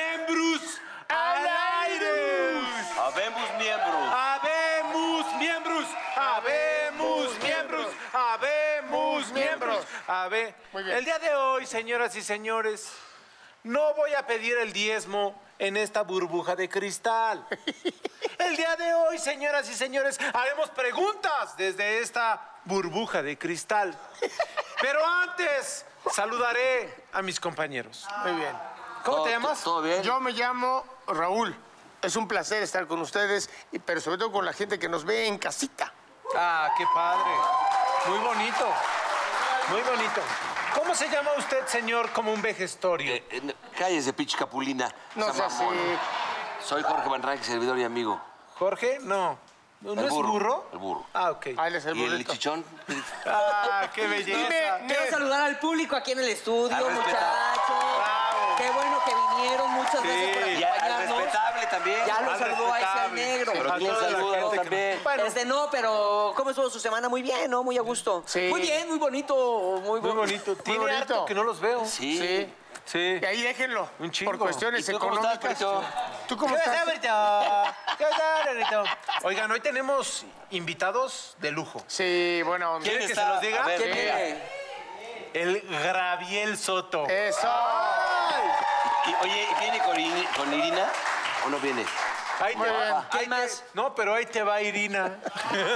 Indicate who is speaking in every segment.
Speaker 1: Jesús al aire.
Speaker 2: Habemos miembros.
Speaker 1: Habemos miembros, habemos miembros, habemos miembros. Habe-
Speaker 3: Muy bien.
Speaker 1: El día de hoy, señoras y señores, no voy a pedir el diezmo en esta burbuja de cristal. El día de hoy, señoras y señores, haremos preguntas desde esta burbuja de cristal. Pero antes, saludaré a mis compañeros.
Speaker 3: Muy bien.
Speaker 1: ¿Cómo te
Speaker 2: Todo-
Speaker 1: llamas?
Speaker 2: ¿Todo bien?
Speaker 3: Yo me llamo Raúl. Es un placer estar con ustedes, y- pero sobre todo con la gente que nos ve en casita.
Speaker 1: Ah, qué padre. Muy bonito. Muy bonito. ¿Cómo se llama usted, señor, como un vejestorio?
Speaker 2: Eh, eh, no, cállese, pinche capulina.
Speaker 3: No sé
Speaker 2: Esa
Speaker 3: si...
Speaker 2: mamona. Soy Jorge Manrique, servidor y amigo.
Speaker 1: ¿Jorge? No. ¿No
Speaker 2: el
Speaker 1: es
Speaker 2: burro,
Speaker 1: burro?
Speaker 2: el burro.
Speaker 1: Ah, ok.
Speaker 3: Ahí les el
Speaker 2: ¿Y el
Speaker 3: boleto.
Speaker 2: chichón?
Speaker 1: Ah, qué belleza.
Speaker 3: Dime,
Speaker 4: Quiero
Speaker 3: ¿qué?
Speaker 4: saludar al público aquí en el estudio,
Speaker 2: Al respetar.
Speaker 4: muchachos.
Speaker 1: Bravo.
Speaker 4: Qué bueno que vinieron, muchas gracias por
Speaker 2: Y al
Speaker 4: acompañarnos.
Speaker 2: respetable también.
Speaker 4: Ya lo
Speaker 1: Al
Speaker 4: saludó a ese
Speaker 1: respetable.
Speaker 4: negro.
Speaker 2: Pero
Speaker 1: A
Speaker 2: tú
Speaker 1: toda la
Speaker 2: saludas
Speaker 1: gente que-
Speaker 2: también.
Speaker 1: Bueno,
Speaker 4: Este no, pero ¿cómo estuvo su semana? Muy bien, ¿no? Muy a gusto.
Speaker 3: Sí.
Speaker 4: Muy bien, muy bonito, muy,
Speaker 1: muy
Speaker 4: bo-
Speaker 1: bonito. Tiene
Speaker 3: bonito.
Speaker 1: harto que no los veo.
Speaker 2: Sí.
Speaker 3: Sí.
Speaker 1: Sí.
Speaker 3: Y ahí déjenlo.
Speaker 1: Un chingo.
Speaker 3: Por cuestiones
Speaker 2: ¿Y tú cómo
Speaker 3: económicas.
Speaker 2: estás, Perito?
Speaker 3: ¿Tú
Speaker 1: ¿Qué
Speaker 3: cómo
Speaker 1: vas a
Speaker 3: estás?
Speaker 1: ver, tío? ¿Qué vas a ver, tío? Oigan, hoy tenemos invitados de lujo.
Speaker 3: Sí, buena onda.
Speaker 1: ¿Quieren
Speaker 2: ¿Quién
Speaker 1: que
Speaker 2: está?
Speaker 1: se los diga?
Speaker 2: A ver,
Speaker 4: ¿Quién
Speaker 2: venga.
Speaker 4: viene?
Speaker 1: El Graviel Soto.
Speaker 3: Eso.
Speaker 2: Y, oye, ¿viene con, Irini- con Irina o no viene?
Speaker 1: Ahí te
Speaker 3: Muy
Speaker 1: va.
Speaker 3: bien.
Speaker 1: Ahí
Speaker 4: ¿Quién
Speaker 1: te-
Speaker 4: más?
Speaker 1: No, pero ahí te va Irina.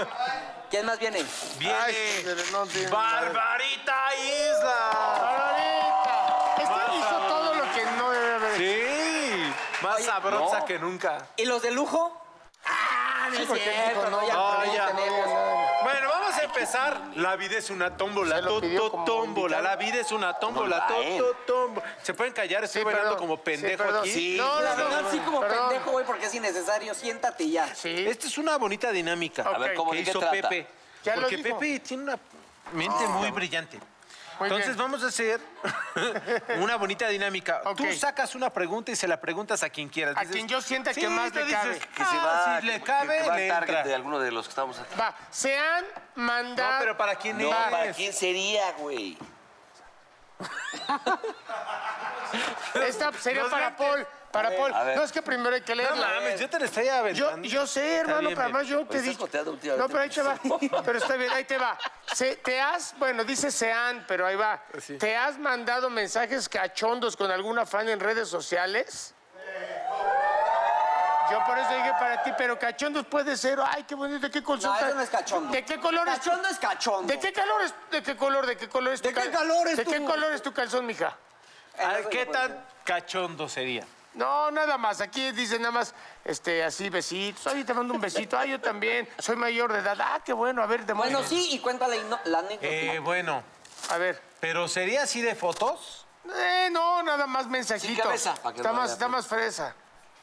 Speaker 4: ¿Quién más viene?
Speaker 1: Viene
Speaker 3: Ay, pero no tiene madre.
Speaker 1: Barbarita Isla.
Speaker 3: Barbarita. Este
Speaker 1: Bárbaro.
Speaker 3: hizo todo lo que no debe haber hecho.
Speaker 1: Sí, más
Speaker 4: Oye,
Speaker 1: sabrosa
Speaker 2: no.
Speaker 1: que nunca.
Speaker 4: ¿Y los de lujo? Ah, no
Speaker 3: Sí,
Speaker 4: es
Speaker 3: porque
Speaker 4: cierto,
Speaker 3: dijo,
Speaker 4: no,
Speaker 3: no,
Speaker 4: ya,
Speaker 1: no,
Speaker 4: también
Speaker 1: ya.
Speaker 4: tenemos.
Speaker 1: Bueno, vamos a empezar. La vida es una tómbola,
Speaker 3: Se lo
Speaker 1: to,
Speaker 3: pidió
Speaker 1: to-
Speaker 3: como
Speaker 1: tómbola.
Speaker 3: invitado.
Speaker 1: La vida es una tómbola,
Speaker 2: Como
Speaker 1: to,
Speaker 2: a él.
Speaker 1: to- tómbola. ¿Se pueden callar? Estoy
Speaker 3: Sí,
Speaker 1: bailando
Speaker 3: perdón.
Speaker 1: como
Speaker 3: Sí,
Speaker 1: pendejo
Speaker 3: perdón.
Speaker 1: aquí.
Speaker 3: Sí.
Speaker 2: No,
Speaker 4: La
Speaker 3: no,
Speaker 4: verdad,
Speaker 3: no,
Speaker 4: sí,
Speaker 3: no,
Speaker 4: como
Speaker 3: perdón.
Speaker 4: pendejo, güey, porque es innecesario. Siéntate y ya.
Speaker 3: Sí.
Speaker 1: Esta es una bonita dinámica
Speaker 2: A ver,
Speaker 3: Ok.
Speaker 2: ¿cómo
Speaker 1: que
Speaker 2: de qué
Speaker 1: hizo
Speaker 2: trata?
Speaker 1: Pepe.
Speaker 3: Ya lo
Speaker 1: porque
Speaker 3: dijo. Ah,
Speaker 1: Pepe tiene una mente muy brillante.
Speaker 3: Muy
Speaker 1: Entonces
Speaker 3: bien.
Speaker 1: vamos a hacer una bonita dinámica.
Speaker 3: Ok.
Speaker 1: Tú sacas una pregunta y se la preguntas a quien quieras.
Speaker 3: A quien yo sienta que más
Speaker 1: tú
Speaker 3: le cabe.
Speaker 2: Que se
Speaker 1: "Ah,
Speaker 2: va,
Speaker 1: si le
Speaker 2: que-
Speaker 1: cabe,
Speaker 2: que va
Speaker 1: le
Speaker 2: al target
Speaker 1: entra".
Speaker 2: de alguno de los que estamos aquí.
Speaker 3: Va, se han mandado...
Speaker 1: No, pero ¿para quién
Speaker 2: No,
Speaker 1: es?
Speaker 2: ¿para quién sería, güey?
Speaker 3: Esta sería
Speaker 1: Los
Speaker 3: para
Speaker 1: lentes.
Speaker 3: Paul. Para Paul.
Speaker 2: a ver.
Speaker 3: No, es que primero hay que
Speaker 1: No
Speaker 3: leerla.
Speaker 1: mames, yo te la estoy aventando.
Speaker 3: Yo, yo sé, hermano,
Speaker 1: bien,
Speaker 3: pero
Speaker 1: bien.
Speaker 3: además yo te
Speaker 4: Pues
Speaker 2: estás
Speaker 3: dije.
Speaker 2: joteando últimamente.
Speaker 3: No, pero ahí te va. Pero está bien, ahí te va. Se- te has, bueno, dice Sean, pero ahí va.
Speaker 1: Sí.
Speaker 3: ¿Te has mandado mensajes cachondos con alguna fan en redes sociales? Yo por eso dije para ti, pero cachondos puede ser. Ay, qué bonito, ¿de qué
Speaker 4: No,
Speaker 3: consulta?
Speaker 4: eso no es cachondo.
Speaker 3: ¿De qué color es? tu-
Speaker 4: Cachondo es cachondo.
Speaker 3: ¿De qué color es? ¿De qué color? ¿De qué color es tu
Speaker 4: ¿De qué
Speaker 3: cal-
Speaker 4: color es
Speaker 3: ¿De qué
Speaker 4: tu-
Speaker 3: color es tu calzón, mija?
Speaker 1: A ver, ¿Qué tan cachondo sería?
Speaker 3: No, nada más. Aquí dicen nada más, este, así, besitos. Oye, te mando un besito. Ah, yo también. Soy mayor de edad. Ah, qué bueno. A ver, te
Speaker 4: Bueno, sí, y cuéntale y no- la anécdota.
Speaker 1: Eh, bueno,
Speaker 3: A ver.
Speaker 1: pero ¿sería así de fotos?
Speaker 3: Eh, no, nada más mensajitos.
Speaker 2: Sin cabeza, para que pues.
Speaker 3: Está
Speaker 2: no
Speaker 3: más,
Speaker 2: haya-
Speaker 3: está más fresa.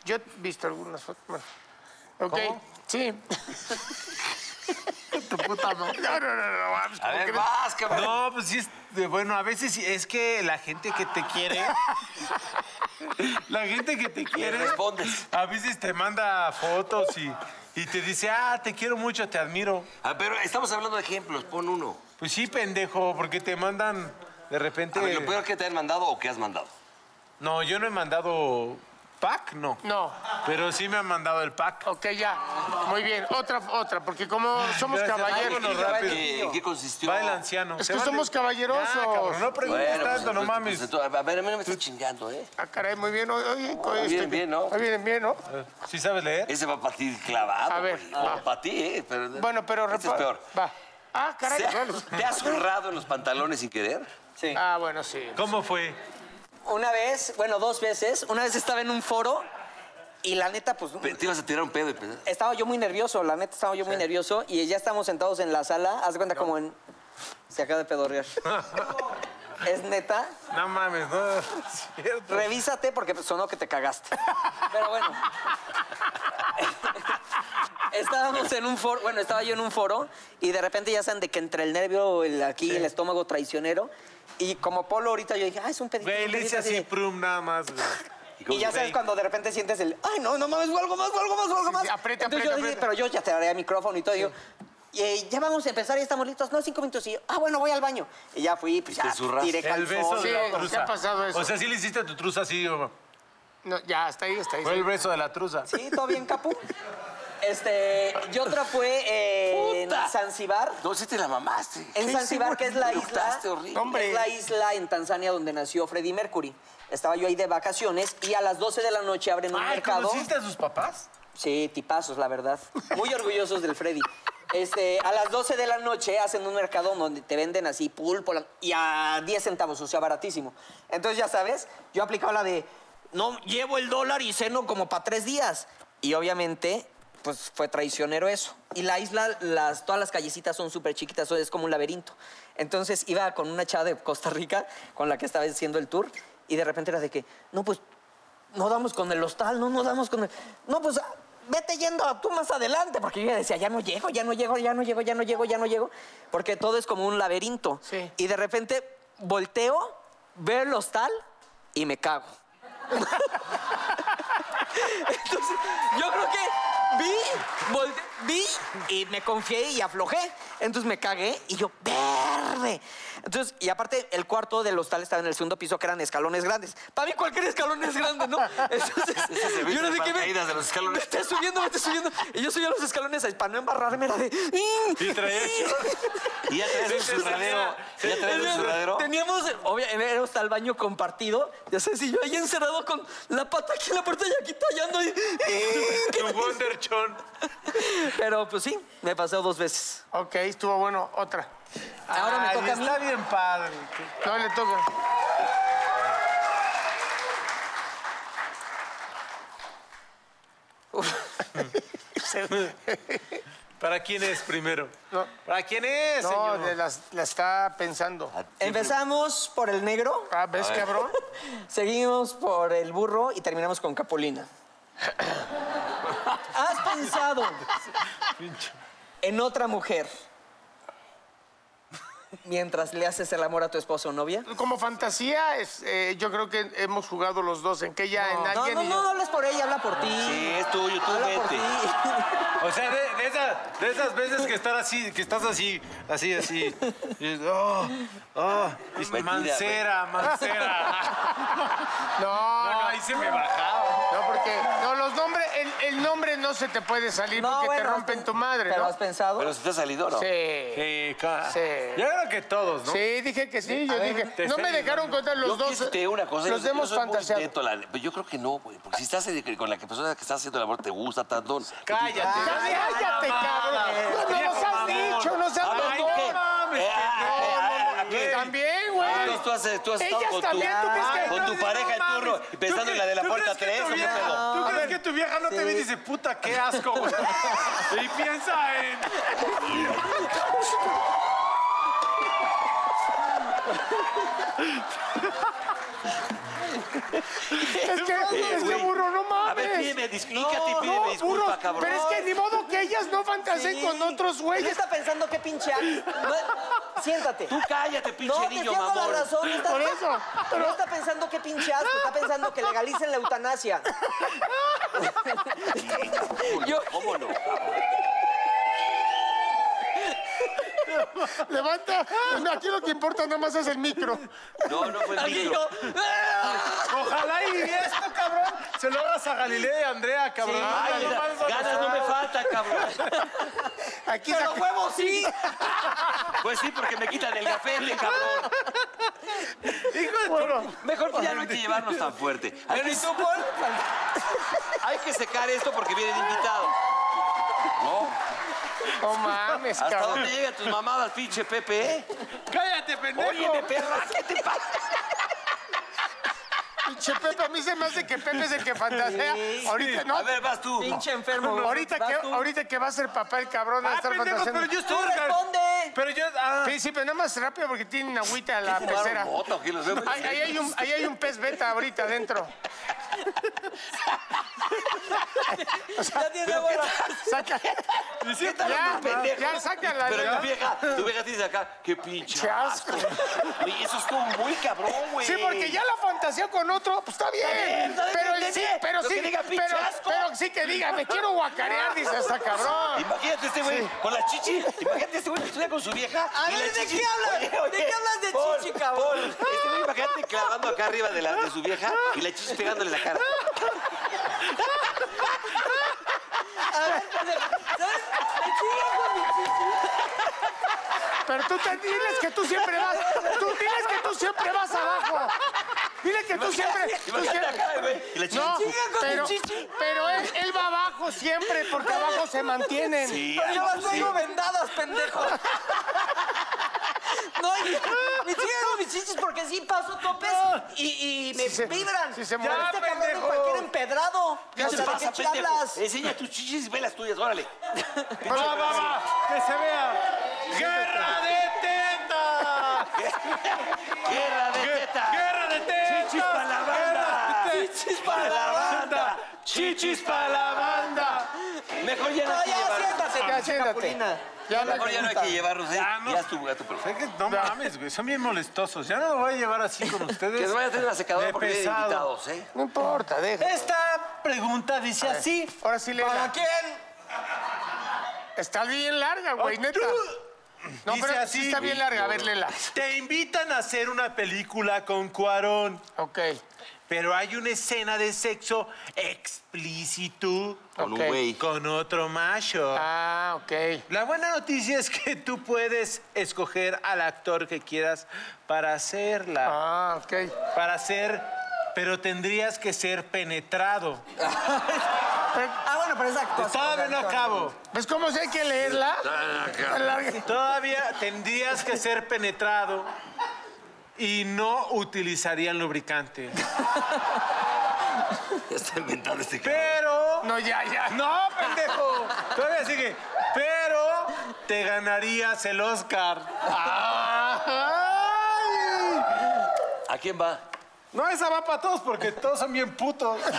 Speaker 3: Yo he visto algunas fotos. bueno. Ok,
Speaker 1: ¿Cómo?
Speaker 3: sí. tu puta madre. No, no, no, no. vamos,
Speaker 2: A
Speaker 3: ¿cómo
Speaker 2: ver,
Speaker 3: crees?
Speaker 2: vas, cabrón.
Speaker 1: No, pues sí, es de- bueno, a veces sí, es que la gente que te quiere... la gente que te quiere...
Speaker 2: respondes.
Speaker 1: A veces te manda fotos y, y te dice, ah, te quiero mucho, te admiro.
Speaker 2: Ah, pero estamos hablando de ejemplos, pon uno.
Speaker 1: Pues sí, pendejo, porque te mandan de repente...
Speaker 2: A ver, lo peor que te han mandado o que has mandado.
Speaker 1: No, yo no he mandado pack, no.
Speaker 3: No.
Speaker 1: Pero sí me han mandado el pack.
Speaker 3: Ok, ya. Muy bien. Otra, otra, porque como somos
Speaker 1: Gracias.
Speaker 3: caballeros.
Speaker 1: Vámonos
Speaker 2: ¿Qué-
Speaker 1: rápido.
Speaker 2: qué- ¿En qué consistió?
Speaker 1: Va el anciano.
Speaker 3: Es
Speaker 1: Se
Speaker 3: que
Speaker 1: va el-
Speaker 3: somos caballerosos.
Speaker 1: Ya, cabrón, no
Speaker 2: Bueno,
Speaker 1: preguntes
Speaker 2: pues,
Speaker 1: tanto, no
Speaker 2: pues,
Speaker 1: mames.
Speaker 2: pues, entonces, a ver, a mí no me estás chingando, ¿eh?
Speaker 3: Ah, caray, muy bien. Oye, oye,
Speaker 2: bien,
Speaker 3: este-
Speaker 2: bien, ¿no?
Speaker 3: Ah, bien, bien, ¿no?
Speaker 1: ¿Sí sabes leer?
Speaker 2: Ese va para ti clavado.
Speaker 3: A ver,
Speaker 2: güey.
Speaker 3: va.
Speaker 2: O para ti, ¿eh? Pero,
Speaker 3: Bueno, pero
Speaker 2: este es
Speaker 3: repa-
Speaker 2: peor.
Speaker 3: Va. Ah, caray.
Speaker 2: ¿Se-
Speaker 3: bueno.
Speaker 2: ¿Te has zurrado en los pantalones sin querer?
Speaker 4: Sí.
Speaker 3: Ah, bueno, sí.
Speaker 1: ¿Cómo fue?
Speaker 4: Una vez, bueno, dos veces, una vez estaba en un foro y la neta, pues
Speaker 2: Pe- Te ibas a tirar un pedo y pensar.
Speaker 4: estaba yo muy nervioso, la neta estaba yo muy nervioso y ya estamos sentados en la sala, haz de cuenta como en... Se acaba de pedorrear. es neta,
Speaker 1: No mames, no. es Cierto.
Speaker 4: revísate porque sonó que te cagaste. Pero bueno. Estábamos en un foro, bueno, estaba yo en un foro y de repente ya saben de que entre el nervio, el aquí, el estómago traicionero y como Polo ahorita yo dije, ah, es un pedito.
Speaker 1: Güey,
Speaker 4: un
Speaker 1: le
Speaker 4: pedito
Speaker 1: hice
Speaker 4: así
Speaker 1: así
Speaker 4: de-
Speaker 1: prum nada más, güey.
Speaker 4: Y ya
Speaker 1: Güey.
Speaker 4: sabes cuando de repente sientes el, ay, no, no mames, fue algo más, fue algo más, fue algo más.
Speaker 3: sí, aprieta, aprieta,
Speaker 4: Entonces yo dije,
Speaker 3: aprieta.
Speaker 4: pero yo ya te daré el micrófono y todo. Y digo, "Y, eh, ya vamos a empezar, ya estamos listos. No, cinco minutos. Y yo, ah, bueno, voy al baño. Y ya fui, pues
Speaker 2: te
Speaker 4: ya
Speaker 2: zurraste.
Speaker 4: tiré
Speaker 1: El beso
Speaker 4: calzón.
Speaker 3: Sí,
Speaker 1: de la
Speaker 3: ¿qué
Speaker 1: truza.
Speaker 3: ha pasado eso?
Speaker 1: O sea, sí le hiciste a tu truza así, yo,
Speaker 3: No, ya, hasta ahí, hasta ahí.
Speaker 1: Fue el beso de la truza.
Speaker 4: Sí, todo bien, Capu. Este, y otra fue eh, en
Speaker 2: Puta.
Speaker 4: Zanzibar.
Speaker 2: No, sí te la mamaste.
Speaker 4: En Zanzibar, que es la isla,
Speaker 2: Eructaste horrible.
Speaker 3: Hombre.
Speaker 4: es la isla en Tanzania donde nació Freddie Mercury. Estaba yo ahí de vacaciones y a las 12 de la noche abren un
Speaker 1: Ay,
Speaker 4: mercado.
Speaker 1: ¿conociste a sus papás?
Speaker 4: Sí, tipazos, la verdad. Muy orgullosos del Freddy. Este, a las 12 de la noche hacen un mercado donde te venden así pulpo la- y a 10 centavos, o sea, baratísimo. Entonces, ya sabes, yo aplicaba la de, no, llevo el dólar y ceno como para tres días. Y obviamente, pues fue traicionero eso. Y la isla, las, todas las callecitas son súper chiquitas, es como un laberinto. Entonces, iba con una chava de Costa Rica con la que estaba haciendo el tour y de repente era de que, no, pues no damos con el hostal, no, no damos con el... No, pues ah, vete yendo tú más adelante, porque yo ya decía, ya no llego, ya no llego, ya no llego, ya no llego, ya no llego, porque todo es como un laberinto.
Speaker 3: Sí.
Speaker 4: Y de repente volteo, veo el hostal y me cago. Entonces, yo creo que vi, volte- vi y me confié y aflojé. Entonces me cagué y yo, verde. Entonces, y aparte, el cuarto del hostal estaba en el segundo piso, que eran escalones grandes. Para mí, cualquier escalón es grande, ¿no? Entonces,
Speaker 2: se ve
Speaker 4: yo no
Speaker 2: de
Speaker 4: sé qué me.
Speaker 2: paracaídas de los escalones.
Speaker 4: me está subiendo, me está subiendo. Y yo subía los escalones para no embarrarme, era de. "Mm,
Speaker 1: Y traía
Speaker 2: Y ya traes un
Speaker 1: Sí, sí,
Speaker 2: sudadero.
Speaker 1: sí.
Speaker 2: Ya traes un
Speaker 4: Teníamos-
Speaker 2: sudadero.
Speaker 4: Teníamos, obvia- era hasta el baño compartido. Ya sé, si yo ahí encerrado con la pata aquí en la puerta y aquí tallando. y-
Speaker 1: tu Wonder Chon.
Speaker 4: Pero pues sí, me pasó dos veces.
Speaker 3: Ok, estuvo bueno. Otra.
Speaker 4: Ahora me
Speaker 1: Ay,
Speaker 4: toca a mí.
Speaker 1: Está bien padre.
Speaker 3: No le toca.
Speaker 1: ¿Para quién es primero?
Speaker 3: No.
Speaker 1: ¿Para quién es,
Speaker 3: No,
Speaker 1: señor?
Speaker 3: de las- la está pensando.
Speaker 4: Empezamos por el negro,
Speaker 3: Ah, ¿ves, cabrón?
Speaker 4: seguimos por el burro y terminamos con Capolina. ¿Has pensado en otra mujer mientras le haces el amor a tu esposo o novia?
Speaker 3: Como fantasía, es, eh, yo creo que hemos jugado los dos. ¿En qué ya? ¿En
Speaker 4: No,
Speaker 3: alguien?
Speaker 4: no,
Speaker 3: y-
Speaker 4: no, no hables por ella, habla por ti.
Speaker 2: Sí, es tuyo, tú
Speaker 4: habla por
Speaker 2: vete.
Speaker 4: ti.
Speaker 1: O sea, de, de esa- de esas veces que estás así, que estás así, así, así. Y, oh, oh, y
Speaker 2: Metida,
Speaker 1: mancera, mancera.
Speaker 3: No,
Speaker 1: No, ahí se me bajaba.
Speaker 3: no, porque. No, los nombres, el, el nombre no se te puede salir porque te
Speaker 4: bueno,
Speaker 3: rompen tu madre,
Speaker 4: Pero
Speaker 3: ¿no?
Speaker 4: has pensado.
Speaker 2: Pero si te ha salido, ¿no?
Speaker 3: Sí.
Speaker 1: Sí, ca-
Speaker 3: Sí.
Speaker 1: Yo creo que todos, ¿no?
Speaker 3: Sí, dije que sí, yo
Speaker 1: ver,
Speaker 3: dije.
Speaker 1: te
Speaker 3: No me
Speaker 1: estoy
Speaker 3: dejaron contar los
Speaker 2: Yo
Speaker 3: dos.
Speaker 2: quiero que te diga una cosa.
Speaker 3: los
Speaker 2: yo- yo
Speaker 3: hemos
Speaker 2: soy muy
Speaker 3: fantaseado.
Speaker 2: neto, la- pero yo creo que no, güey. Porque si estás en- con la que- persona que estás haciendo el amor, te gusta tanto.
Speaker 1: Cállate.
Speaker 3: Cállate, cabrón. No, no nos has dicho, nos has
Speaker 1: Ay,
Speaker 3: mandado.
Speaker 1: no mames.
Speaker 2: Eh,
Speaker 1: que no,
Speaker 2: eh,
Speaker 1: güey.
Speaker 2: eh,
Speaker 3: También, güey.
Speaker 2: Entonces tú has, tú has estado
Speaker 3: Ellas
Speaker 2: con tu,
Speaker 3: también, ¿tú crees que-
Speaker 2: con
Speaker 1: no,
Speaker 2: tu
Speaker 1: no
Speaker 2: pareja de
Speaker 1: mames.
Speaker 2: turno,
Speaker 1: ¿Tú
Speaker 2: pensando en la de la
Speaker 1: crees-
Speaker 2: puerta
Speaker 1: tú crees que
Speaker 2: 3,
Speaker 1: tu
Speaker 2: ¿o qué
Speaker 1: vieja-
Speaker 2: pedo?
Speaker 1: ¿Tú crees que tu vieja no te ve y dice, puta, qué asco, güey? Y piensa en...
Speaker 3: Es que, es que
Speaker 2: güey.
Speaker 3: burro, no
Speaker 2: A ver,
Speaker 3: mames.
Speaker 2: pídeme, discúlpate y
Speaker 3: No,
Speaker 2: pídeme disculpa,
Speaker 3: burro,
Speaker 2: cabrón.
Speaker 3: Pero es que ni modo que ellas no fantaseen
Speaker 4: Sí.
Speaker 3: con otros
Speaker 4: No
Speaker 3: güeyes.
Speaker 4: está pensando qué pinche acto. No, siéntate.
Speaker 2: Tú cállate, pinche
Speaker 4: No, te
Speaker 2: niño,
Speaker 4: llevo la
Speaker 2: mamón.
Speaker 4: razón. no está-
Speaker 3: Por eso,
Speaker 4: No está pensando qué pinche asco, está pensando que legalicen la eutanasia. Yo-
Speaker 2: ¿Cómo no?
Speaker 3: Levanta. No, Aquí lo que importa nada más es el micro.
Speaker 2: No, no fue el
Speaker 4: Aquí
Speaker 2: niño.
Speaker 4: yo.
Speaker 1: Ojalá y esto, cabrón, se lo hagas a Galilea y Andrea, cabrón.
Speaker 2: Ay,
Speaker 1: Ay, no
Speaker 2: mira,
Speaker 1: mames,
Speaker 2: ganas no me falta, cabrón.
Speaker 3: Aquí
Speaker 4: Pero
Speaker 3: saca-
Speaker 4: huevo sí.
Speaker 2: Pues sí, porque me quitan el gafete, cabrón.
Speaker 1: hijo de tu-
Speaker 2: Mejor que ya no hay que llevarnos tan fuerte. Hay que, hay que secar esto porque vienen invitados. No,
Speaker 3: No mames,
Speaker 2: ¿hasta
Speaker 3: cabrón.
Speaker 2: dónde llegan tus mamadas, pinche Pepe? ¿eh?
Speaker 1: Cállate, pendejo.
Speaker 2: Óyeme, perra, ¿qué te pasa?
Speaker 3: Pinche Pepe, a mí se me hace que Pepe es el que fantasea. Ahorita, no.
Speaker 2: A ver, vas tú.
Speaker 4: Pinche enfermo.
Speaker 3: Ahorita
Speaker 4: Vas
Speaker 3: que,
Speaker 4: tú.
Speaker 3: ahorita que va a ser papá el cabrón a
Speaker 1: ah,
Speaker 3: estar
Speaker 1: pendejo,
Speaker 3: fantaseando.
Speaker 1: pero yo estoy...
Speaker 4: Tú responde.
Speaker 1: Pero yo... ah.
Speaker 3: Sí, sí, pero nada más rápido porque tienen agüita la
Speaker 2: ¿Fumaron
Speaker 3: pecera.
Speaker 2: mota o qué? Los veo muy
Speaker 3: Ahí, ahí hay un, ahí hay un pez beta ahorita adentro.
Speaker 4: Ya tiene agua.
Speaker 3: Saca.
Speaker 1: Y sí,
Speaker 3: Ya,
Speaker 2: pendejo.
Speaker 3: ya, sácala.
Speaker 2: Pero
Speaker 3: ya.
Speaker 2: tu vieja, tu vieja te dice acá, qué pinche
Speaker 3: Qué asco.
Speaker 2: Oye, eso estuvo muy cabrón, güey.
Speaker 3: Sí, porque ya la fantasía con otro, pues está bien.
Speaker 2: bien, está bien,
Speaker 3: Pero el
Speaker 2: bien,
Speaker 3: sí,
Speaker 2: bien.
Speaker 3: pero
Speaker 2: Lo
Speaker 3: sí.
Speaker 2: que diga, pinche
Speaker 3: pero,
Speaker 2: asco.
Speaker 3: pero sí que diga, me quiero guacarear, dice hasta cabrón.
Speaker 2: Imagínate este güey con la chichi. Imagínate este güey que estudia con su vieja.
Speaker 4: A
Speaker 2: y
Speaker 4: ver,
Speaker 2: la
Speaker 4: ¿de
Speaker 2: chichi-
Speaker 4: qué hablas?
Speaker 2: Oye, oye,
Speaker 4: ¿De qué hablas de
Speaker 2: Paul,
Speaker 4: chichi, cabrón?
Speaker 2: Paul, Este güey, imagínate clavando acá arriba de, la, de su vieja y la chichi pegándole en la cara.
Speaker 3: Tú te- diles que tú siempre vas. Tú diles que tú siempre vas abajo. Dile que tú siempre. Tú
Speaker 2: Imagínate
Speaker 3: siempre.
Speaker 2: acá, güey. Y la chichi.
Speaker 3: No,
Speaker 4: Sigan con
Speaker 3: pero,
Speaker 4: el chichi.
Speaker 3: pero él, él va abajo siempre porque abajo se mantienen.
Speaker 4: Pero yo las traigo vendadas, pendejo. No, y me traigo mis chichis porque sí paso topes y, y me
Speaker 3: Sí se-
Speaker 4: vibran.
Speaker 3: sí se
Speaker 4: Pero
Speaker 3: mueve.
Speaker 4: Este
Speaker 1: Ya,
Speaker 4: cabrón es
Speaker 1: pendejo.
Speaker 4: cualquier empedrado.
Speaker 2: ¿Qué
Speaker 4: O
Speaker 2: te
Speaker 4: sea, ¿de
Speaker 2: pasa,
Speaker 4: qué
Speaker 2: pendejo?
Speaker 4: hablas?
Speaker 2: Enseña tus chichis y ve las tuyas, órale.
Speaker 1: Va, va, va. Que se vea. ¡Guerra de tetas!
Speaker 2: ¡Guerra de teta!
Speaker 1: ¡Guerra de tetas!
Speaker 2: ¡Chichis pa' la
Speaker 1: Guerra
Speaker 2: banda!
Speaker 1: de tetas.
Speaker 2: ¡Chichis pa' la banda!
Speaker 1: ¡Chichis para la banda!
Speaker 2: Mejor ya no
Speaker 4: No,
Speaker 2: hay que
Speaker 4: ya
Speaker 5: Ah,
Speaker 2: llevarnos.
Speaker 4: siéntate,
Speaker 3: Ya, siéntate.
Speaker 4: Capulina.
Speaker 3: Ya la-
Speaker 2: Mejor ya no hay que llevarnos. ¿eh?
Speaker 1: Ya, no.
Speaker 2: Ya estuvo, ya tu problema.
Speaker 1: Es que no mames, güey. Son bien molestosos. Ya no lo voy a llevar así con ustedes.
Speaker 2: Que se vaya a tener la secadora
Speaker 1: De
Speaker 2: porque vienen
Speaker 1: pesado.
Speaker 2: invitados, ¿eh?
Speaker 3: No importa, deja.
Speaker 1: Esta pregunta dice así.
Speaker 3: Ahora sí le
Speaker 4: ¿Para quién?
Speaker 3: Está bien larga, güey, neta. No,
Speaker 1: Oh, Dice
Speaker 3: pero
Speaker 1: así.
Speaker 3: sí está bien larga. A ver, lela.
Speaker 1: Te invitan a hacer una película con Cuarón,
Speaker 3: Ok.
Speaker 1: pero hay una escena de sexo explícito
Speaker 2: Con
Speaker 3: Ok.
Speaker 2: un güey.
Speaker 1: con otro macho.
Speaker 3: Ah, ok.
Speaker 1: La buena noticia es que tú puedes escoger al actor que quieras para hacerla,
Speaker 3: Ah, ok.
Speaker 1: para hacer, pero tendrías que ser penetrado.
Speaker 4: Ah, bueno, pero es actuación.
Speaker 1: Todavía no acabo.
Speaker 3: ¿Ves cómo sé que leerla?
Speaker 2: Ah,
Speaker 3: Está larga.
Speaker 1: Todavía tendrías que ser penetrado y no utilizarían lubricante.
Speaker 2: Ya está inventando este cabrón.
Speaker 1: Pero
Speaker 3: No, ya, ya.
Speaker 1: No, pendejo. Todavía sigue. Pero te ganarías el Oscar. ¡Ay!
Speaker 2: ¿A quién va?
Speaker 1: No, esa va para todos porque todos son bien putos.
Speaker 4: A ver,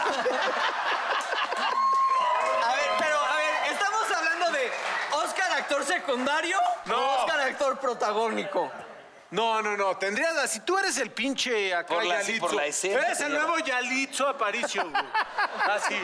Speaker 4: pero, a ver, ¿estamos hablando de Oscar actor secundario
Speaker 1: No.
Speaker 4: o Oscar actor protagónico?
Speaker 1: No, no, no. Tendrías la- Si tú eres el pinche acá
Speaker 2: Por la- sí,
Speaker 1: Yalitzo.
Speaker 2: por la escena,
Speaker 1: Eres el
Speaker 2: señora.
Speaker 1: nuevo Yalitzo Aparicio. güey. Así.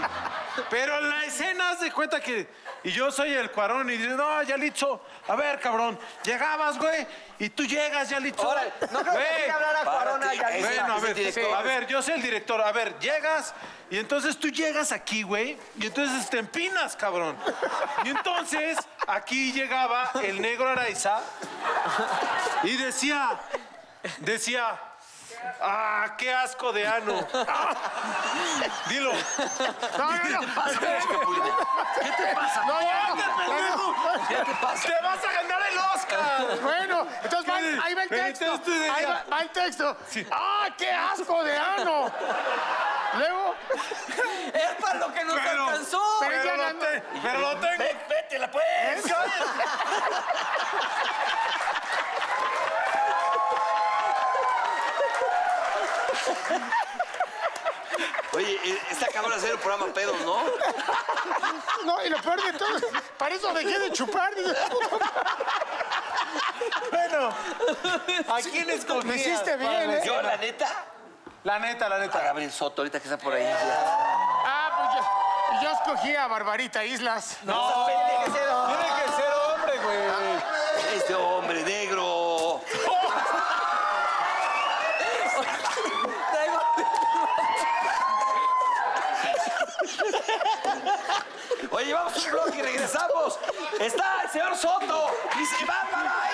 Speaker 1: Pero en la escena haz de cuenta que. Y yo soy el cuarón y dices, no, Yalitzo, a ver, cabrón, llegabas, güey, y tú llegas, Yalitzo.
Speaker 4: Órale, no creo que
Speaker 1: Güey,
Speaker 4: quiera hablar a Corona
Speaker 2: párate,
Speaker 4: ya.
Speaker 2: ahí
Speaker 4: dice.
Speaker 2: está.
Speaker 1: Bueno, a
Speaker 2: Es el
Speaker 1: ver,
Speaker 2: director.
Speaker 1: a ver, yo soy el director. A ver, llegas y entonces tú llegas aquí, güey, y entonces te empinas, cabrón. Y entonces aquí llegaba el negro Araiza y decía, decía, ah, qué asco de ano. Dilo.
Speaker 3: No, no, no.
Speaker 2: Capulina. ¿Qué te pasa?
Speaker 3: No, ya.
Speaker 1: ¡Cállate, pendejo!
Speaker 2: ¿Qué te pasa?
Speaker 1: ¡Te vas a ganar el Oscar!
Speaker 3: Bueno, entonces va,
Speaker 1: ¿Qué?
Speaker 3: ahí va el texto.
Speaker 1: Entonces tú decías-
Speaker 3: Ahí va, va el texto.
Speaker 1: Sí.
Speaker 3: ¡Ah, qué asco de ano! Luego,
Speaker 4: Es para lo que nos
Speaker 1: Pero-
Speaker 4: alcanzó.
Speaker 3: Pero ya
Speaker 1: Pero lo,
Speaker 3: ganó.
Speaker 1: te- pero lo tengo.
Speaker 2: Ve- ¡Vétela, pues! Oye, eh, está acabando de hacer un programa pedo, ¿no?
Speaker 3: no, y lo peor de todo, para eso dejé de chupar. Dice,
Speaker 1: Bueno, ¿a quién escogías?
Speaker 3: Me hiciste bien,
Speaker 1: para la
Speaker 3: ¿eh?
Speaker 1: escena?
Speaker 2: Yo, la neta,
Speaker 1: La neta, la
Speaker 2: a
Speaker 1: neta.
Speaker 2: Gabriel Soto, ahorita que está por ahí. ya.
Speaker 3: Ah, pues yo, yo escogí a Barbarita Islas.
Speaker 2: No,
Speaker 4: Tiene que ser, oh.
Speaker 1: Tiene que ser hombre, Ah, güey.
Speaker 2: este hombre negro.
Speaker 4: Traigo-
Speaker 2: Oye, vamos a un blog y regresamos. Está el señor Soto y se va para esta.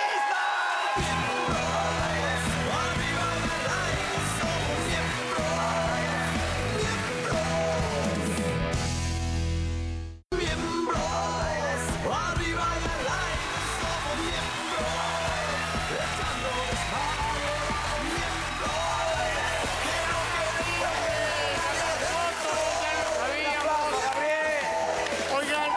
Speaker 3: Oigan,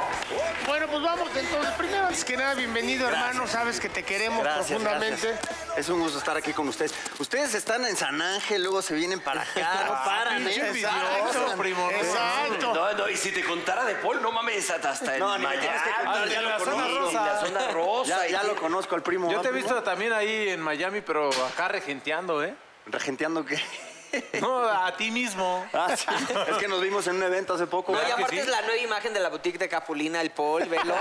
Speaker 3: bueno, pues vamos entonces. Primero, antes que nada, bienvenido, hermano. Sabes que te queremos profundamente.
Speaker 5: gracias. Es un gusto estar aquí con ustedes. Ustedes están en San Ángel, luego se vienen para acá, no paran, ¿eh?
Speaker 3: Exacto,
Speaker 1: primo.
Speaker 3: Exacto.
Speaker 2: No, no, y si te contara de Paul, no mames, hasta, hasta
Speaker 5: No,
Speaker 2: en
Speaker 5: no,
Speaker 2: Miami.
Speaker 5: tienes que contar, ya
Speaker 1: en
Speaker 5: lo
Speaker 1: la zona
Speaker 5: conozco.
Speaker 1: rosa.
Speaker 2: La zona rosa.
Speaker 5: Ya,
Speaker 2: y-
Speaker 5: ya lo conozco al primo.
Speaker 1: Yo te he
Speaker 5: ¿ah, primo?
Speaker 1: visto también ahí en Miami, pero acá regenteando, ¿eh?
Speaker 5: Regenteando que.
Speaker 1: No, a ti mismo.
Speaker 5: Ah, sí. Es que nos vimos en un evento hace poco.
Speaker 4: No, y
Speaker 5: ¿verdad que
Speaker 4: aparte
Speaker 5: sí?
Speaker 4: es la nueva imagen de la boutique de Capulina, el Paul, velo.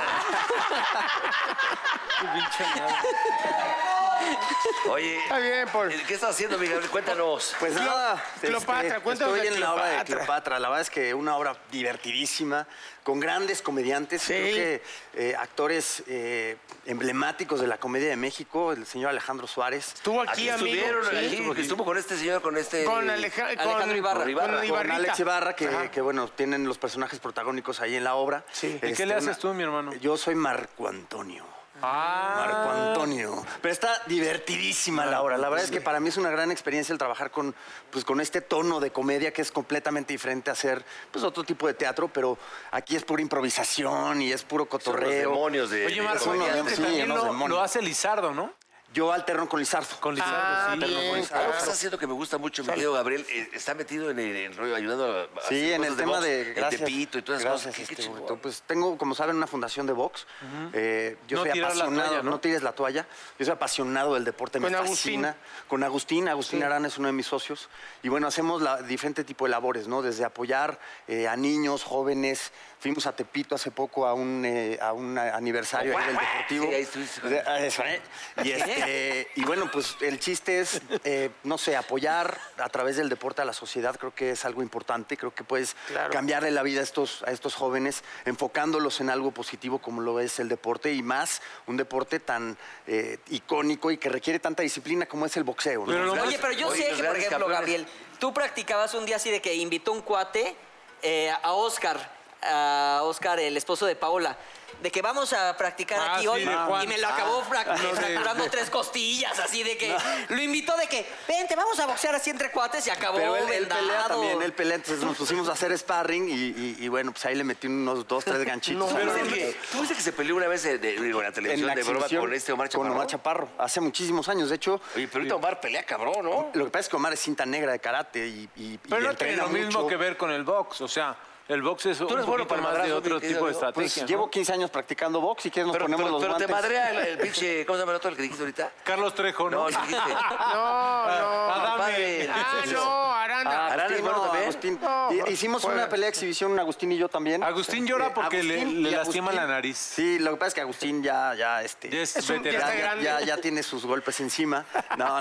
Speaker 2: Oye,
Speaker 3: Está bien, Paul.
Speaker 2: ¿qué estás haciendo, Miguel? Cuéntanos.
Speaker 5: Pues
Speaker 3: Cleo-
Speaker 5: nada, este,
Speaker 3: Cleopatra, cuéntanos
Speaker 5: estoy
Speaker 3: de
Speaker 5: en la obra de
Speaker 3: Cleopatra.
Speaker 5: Cleopatra. La verdad es que una obra divertidísima, con grandes comediantes,
Speaker 3: Sí.
Speaker 5: creo que eh, actores eh, emblemáticos de la comedia de México, el señor Alejandro Suárez.
Speaker 3: Estuvo aquí, amigo.
Speaker 2: estuvieron,
Speaker 3: Sí.
Speaker 2: aquí, porque estuvo con este señor, con este...
Speaker 3: Con Aleja- con-
Speaker 2: Alejandro Ibarra.
Speaker 3: con
Speaker 2: Ibarra.
Speaker 5: Con
Speaker 3: Ibarrita.
Speaker 5: Alex Ibarra,
Speaker 3: Ajá.
Speaker 5: que, que, bueno, tienen los personajes protagónicos ahí en la obra. Este,
Speaker 3: Sí. ¿Y
Speaker 1: qué le haces tú, mi hermano?
Speaker 5: Yo soy Marco Antonio.
Speaker 1: Ah,
Speaker 5: Marco Antonio. Pero está divertidísima la obra. La verdad es que para mí es una gran experiencia el trabajar con, pues, con este tono de comedia que es completamente diferente a hacer pues, otro tipo de teatro, pero aquí es pura improvisación y es puro
Speaker 2: Son los
Speaker 5: cotorreo.
Speaker 2: demonios de...
Speaker 1: oye, Marco,
Speaker 5: son los-
Speaker 1: entiendo que
Speaker 5: sí,
Speaker 1: también
Speaker 5: los
Speaker 1: lo,
Speaker 5: demonios.
Speaker 1: lo hace Lizardo, ¿no?
Speaker 5: Yo alterno con Lizardo.
Speaker 1: Con Lizardo,
Speaker 3: Ah,
Speaker 1: sí.
Speaker 3: bien.
Speaker 2: Algo que está haciendo Pues que me gusta mucho, mi querido Gabriel, eh, está metido en el, en el rollo, ayudando a- a...
Speaker 5: Sí,
Speaker 2: hacer
Speaker 5: en
Speaker 2: cosas
Speaker 5: el tema
Speaker 2: box,
Speaker 5: de.
Speaker 2: El
Speaker 5: Gracias.
Speaker 2: tepito y todas esas
Speaker 5: gracias,
Speaker 2: cosas. Qué- qué
Speaker 5: este,
Speaker 2: chingón.
Speaker 5: Beto. Pues tengo, como saben, una fundación de box. Eh, yo
Speaker 1: No
Speaker 5: soy
Speaker 1: tirar la
Speaker 5: apasionado.
Speaker 1: toalla, ¿no?
Speaker 5: ¿no? tires la toalla. Yo soy apasionado del deporte.
Speaker 3: Con
Speaker 5: me
Speaker 3: Agustín.
Speaker 5: fascina. Con Agustín. Agustín Arana es uno de mis socios. Y bueno, hacemos la, diferente tipo de labores, ¿no? Desde apoyar eh, a niños, jóvenes. Fuimos a Tepito hace poco a un, eh, a un aniversario ahí del deportivo.
Speaker 2: Sí, ahí estuviste con-
Speaker 5: De- ah, eso, ¿eh? Y, este, y bueno, pues el chiste es, eh, no sé, apoyar a través del deporte a la sociedad, creo que es algo importante, creo que puedes cambiarle la vida a estos, a estos jóvenes, enfocándolos en algo positivo como lo es el deporte y más un deporte tan eh, icónico y que requiere tanta disciplina como es el boxeo. ¿no?
Speaker 1: Pero lo más-
Speaker 4: Oye, pero yo
Speaker 2: Oye,
Speaker 4: sé
Speaker 2: los
Speaker 4: que, por
Speaker 2: grandes
Speaker 4: ejemplo,
Speaker 2: campeones.
Speaker 4: Gabriel, tú practicabas un día así de que invitó un cuate eh, a Oscar, a Oscar, el esposo de Paola, de que vamos a practicar
Speaker 1: Ah,
Speaker 4: aquí
Speaker 1: sí,
Speaker 4: hoy.
Speaker 1: de Juan.
Speaker 4: Y me lo acabó frac-
Speaker 1: de-
Speaker 4: fracturando tres costillas, así de que lo invitó de que, vente, vamos a boxear así entre cuates y acabó
Speaker 5: Pero él, él
Speaker 4: vendado.
Speaker 5: pelea también, él pelea, entonces nos pusimos a hacer sparring y, y- y bueno, pues ahí le metí unos dos, tres ganchitos.
Speaker 2: ¿Tú viste que- ¿Tú viste que se peleó una vez de- de- digo, en la televisión de broma
Speaker 5: exhibición
Speaker 2: con este Omar
Speaker 5: con
Speaker 2: Chaparro?
Speaker 5: Omar Chaparro, hace muchísimos años. De hecho,
Speaker 2: Oye, pero ahorita Omar pelea cabrón, ¿no?
Speaker 5: Lo que pasa es que Omar es cinta negra de karate y, y- y
Speaker 1: Pero no tiene
Speaker 5: entrena
Speaker 1: lo mismo
Speaker 5: mucho. Pues
Speaker 1: que ver con el box. O sea, el box es un
Speaker 2: eres bueno
Speaker 1: poquito
Speaker 2: para el
Speaker 1: más de
Speaker 2: madrazo,
Speaker 1: otro
Speaker 2: mi querido
Speaker 1: tipo de
Speaker 2: amigo.
Speaker 5: Pues
Speaker 1: estrategia. ¿no?
Speaker 5: llevo 15 años practicando box y quieres nos
Speaker 2: Pero,
Speaker 5: ponemos
Speaker 2: pero-
Speaker 5: los
Speaker 2: pero te
Speaker 5: guantes.
Speaker 2: madrea el, el pinche... ¿Cómo se llama el otro el que dijiste ahorita?
Speaker 1: Carlos Trejo, ¿no?
Speaker 2: No, sí dijiste.
Speaker 3: No, no.
Speaker 1: Adame.
Speaker 2: Padre.
Speaker 3: Ah, no, Aranda.
Speaker 5: Ah,
Speaker 2: Arana es
Speaker 5: Agustín,
Speaker 2: bueno
Speaker 5: no,
Speaker 2: también.
Speaker 5: Agustín.
Speaker 3: No, pues,
Speaker 5: Y-
Speaker 3: bueno,
Speaker 5: Hicimos
Speaker 3: juega.
Speaker 5: una pelea de exhibición, Agustín y yo también.
Speaker 1: Agustín llora
Speaker 5: Eh,
Speaker 1: porque le-
Speaker 5: Agustín
Speaker 1: le
Speaker 5: y
Speaker 1: lastima
Speaker 5: Agustín.
Speaker 1: la nariz.
Speaker 5: Sí, lo que pasa es que Agustín ya, ya, este,
Speaker 1: Ya es
Speaker 5: ya-
Speaker 3: Es un- ya
Speaker 1: veterano.
Speaker 3: está grande.
Speaker 5: ya- ya tiene sus golpes encima. No,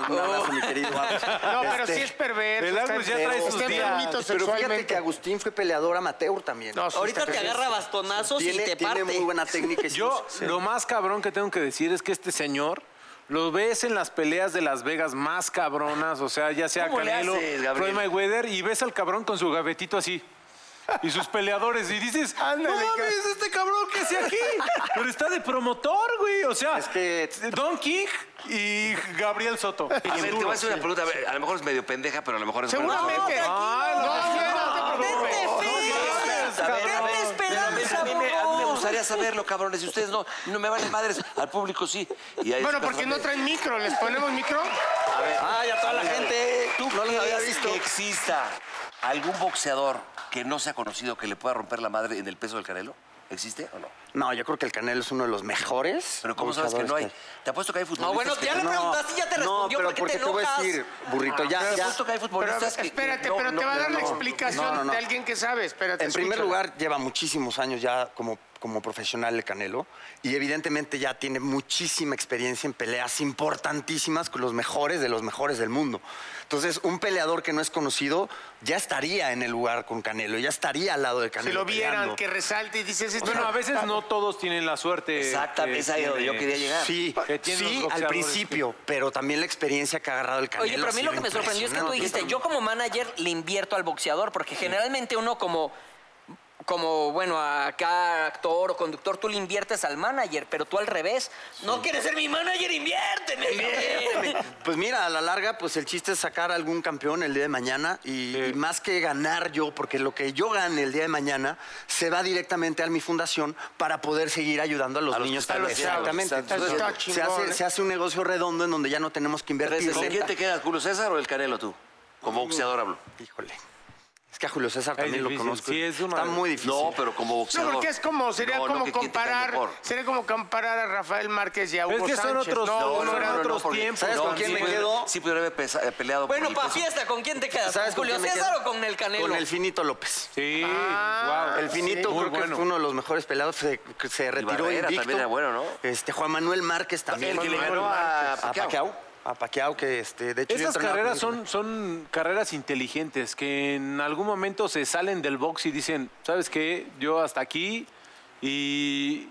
Speaker 5: no, no,
Speaker 1: Oh.
Speaker 5: mi querido Agus.
Speaker 3: No, pero
Speaker 5: Este,
Speaker 3: sí es perverso.
Speaker 1: el
Speaker 3: está
Speaker 1: Agus ya trae
Speaker 3: enfermo,
Speaker 1: sus
Speaker 3: está
Speaker 1: días.
Speaker 3: enfermito
Speaker 5: Pero fíjate
Speaker 3: sexualmente.
Speaker 5: que Agustín fue peleador amateur también.
Speaker 3: No, sí
Speaker 4: Ahorita
Speaker 3: está
Speaker 4: te agarra bastonazos
Speaker 5: tiene,
Speaker 4: y te
Speaker 5: tiene
Speaker 4: parte.
Speaker 5: muy buena técnica. y sí,
Speaker 1: Yo
Speaker 5: sí.
Speaker 1: lo más cabrón que tengo que decir es que este señor lo ves en las peleas de Las Vegas más cabronas, o sea, ya sea
Speaker 2: ¿Cómo le
Speaker 1: Canelo,
Speaker 2: haces, Gabriel?
Speaker 1: Floyd Mayweather, y ves al cabrón con su gavetito así. Y sus peleadores, y dices,
Speaker 3: Ándale,
Speaker 1: no mames, este cabrón que hace aquí. Pero está de promotor, güey. O sea,
Speaker 5: Es que-
Speaker 1: Don King y Gabriel Soto.
Speaker 2: A ver, te voy a hacer una pregunta. A, ver, a lo mejor es medio pendeja, pero a lo mejor es buena.
Speaker 3: Seguramente. No, no, no te preocupes.
Speaker 4: ¡Vente,
Speaker 2: A ver,
Speaker 4: Fer!
Speaker 2: a ver,
Speaker 4: ¡Vente esperanza,
Speaker 2: A mí, me, a mí me
Speaker 4: burro!
Speaker 2: gustaría saberlo, cabrones. Y ustedes no, no me valen madres. Al público sí. Y ahí
Speaker 3: Bueno,
Speaker 2: está
Speaker 3: porque no
Speaker 2: perfecto.
Speaker 3: traen micro. ¿Les ponemos micro?
Speaker 5: Ay, a toda la gente.
Speaker 2: ¿Tú
Speaker 5: no les había
Speaker 2: crees
Speaker 5: visto.
Speaker 2: que exista algún boxeador que no sea conocido que le pueda romper la madre en el peso del canelo? ¿Existe o no?
Speaker 5: No, yo creo que el Canelo es uno de los mejores.
Speaker 2: Pero ¿cómo sabes que no hay?
Speaker 5: boxeadores
Speaker 2: Te apuesto que hay futbolistas.
Speaker 4: No, bueno,
Speaker 2: que-
Speaker 4: ya le preguntaste y ya te respondió,
Speaker 5: No,
Speaker 4: ¿por
Speaker 5: pero
Speaker 4: qué
Speaker 5: porque
Speaker 4: te
Speaker 5: te, voy a
Speaker 4: enojas?
Speaker 5: decir, burrito, ya,
Speaker 2: Te
Speaker 5: ya.
Speaker 2: apuesto Ah, que hay
Speaker 3: Pero,
Speaker 2: futbolistas que-
Speaker 3: espérate,
Speaker 2: que no-
Speaker 3: pero te
Speaker 2: no-
Speaker 3: va a dar
Speaker 2: no-
Speaker 3: la
Speaker 2: no.
Speaker 3: explicación
Speaker 5: no, no, no.
Speaker 3: de alguien que sabe. Espérate,
Speaker 5: En primer
Speaker 3: escúchala.
Speaker 5: lugar, lleva muchísimos años ya como, como profesional el Canelo y evidentemente ya tiene muchísima experiencia en peleas importantísimas con los mejores de los mejores del mundo. Entonces, un peleador que no es conocido ya estaría en el lugar con Canelo, ya estaría al lado de Canelo.
Speaker 3: Si lo vieran,
Speaker 5: peleando.
Speaker 3: que resalte y dices... esto
Speaker 1: Bueno,
Speaker 3: no-
Speaker 1: a veces no todos tienen la suerte.
Speaker 2: Exactamente,
Speaker 1: que
Speaker 2: es ahí donde yo
Speaker 1: tiene-
Speaker 2: quería llegar.
Speaker 5: Sí,
Speaker 1: Que tienen los
Speaker 5: sí, al
Speaker 1: boxeadores
Speaker 5: principio, pero también la experiencia que ha agarrado el Canelo.
Speaker 4: Oye, pero a
Speaker 5: ha
Speaker 4: mí lo que
Speaker 5: sido
Speaker 4: me sorprendió es que tú
Speaker 5: impresionante.
Speaker 4: dijiste, yo como manager le invierto al boxeador, porque generalmente uno como, como bueno, acá actor o conductor, tú le inviertes al manager, pero tú al revés. No quieres ser mi manager, inviérteme. cabrón".
Speaker 5: Pues mira, a la larga, pues el chiste es sacar algún campeón el día de mañana y, y más que ganar yo, porque lo que yo gane el día de mañana se va directamente a mi fundación para poder seguir ayudando a los
Speaker 2: A los
Speaker 5: niños
Speaker 2: que están
Speaker 5: también.
Speaker 2: haciendo,
Speaker 5: Exactamente.
Speaker 2: están
Speaker 5: Entonces,
Speaker 3: haciendo. Está
Speaker 5: se,
Speaker 3: chingón, ¿eh?
Speaker 5: hace, se hace un negocio redondo en donde ya no tenemos que invertir.
Speaker 2: ¿Con quién te quedas, Julio César o el Canelo tú? Como boxeador hablo.
Speaker 5: Híjole. Es que a Julio César también lo
Speaker 1: difícil,
Speaker 5: conozco.
Speaker 1: sí, es una-
Speaker 5: Está muy difícil.
Speaker 2: No, pero como
Speaker 3: No,
Speaker 2: boxeador.
Speaker 3: porque es como, sería
Speaker 2: No, no,
Speaker 3: como
Speaker 2: que quién te cae
Speaker 3: comparar,
Speaker 2: mejor.
Speaker 3: sería como comparar a Rafael Márquez y a Hugo
Speaker 1: Es que son
Speaker 3: Sánchez.
Speaker 1: otros-
Speaker 3: no,
Speaker 1: no,
Speaker 3: no,
Speaker 1: no,
Speaker 3: era
Speaker 1: no,
Speaker 3: otro-
Speaker 1: otros
Speaker 2: porque-
Speaker 1: tiempos
Speaker 2: ¿Sabes con
Speaker 5: también.
Speaker 2: quién me quedo? Sí, pudiera haber pesa- peleado por
Speaker 4: Bueno,
Speaker 2: mí,
Speaker 4: para
Speaker 2: pues,
Speaker 4: fiesta, ¿con quién te quedas? ¿Con
Speaker 5: ¿Sabes con
Speaker 4: Julio
Speaker 5: quién me
Speaker 4: César
Speaker 5: quedo?
Speaker 4: o con el Canelo?
Speaker 5: Con el Finito López.
Speaker 1: Sí, wow.
Speaker 5: Ah,
Speaker 2: Ah,
Speaker 5: El Finito
Speaker 1: Muy
Speaker 5: creo que
Speaker 1: bueno.
Speaker 5: fue uno de los mejores peleados. Se, se retiró
Speaker 2: Barrera
Speaker 5: invicto.
Speaker 2: también era bueno, ¿no?
Speaker 5: Este, Juan Manuel Márquez también.
Speaker 2: El que
Speaker 5: Juan
Speaker 2: le
Speaker 5: Manuel
Speaker 2: ganó a
Speaker 5: Márquez.
Speaker 2: Pacquiao.
Speaker 5: A Pacquiao. A Pacquiao, que este, de hecho... yo
Speaker 1: Esas
Speaker 5: entrenaba
Speaker 1: carreras
Speaker 5: con
Speaker 1: son,
Speaker 5: él.
Speaker 1: son carreras inteligentes que en algún momento se salen del box y dicen, ¿sabes qué? Yo hasta aquí y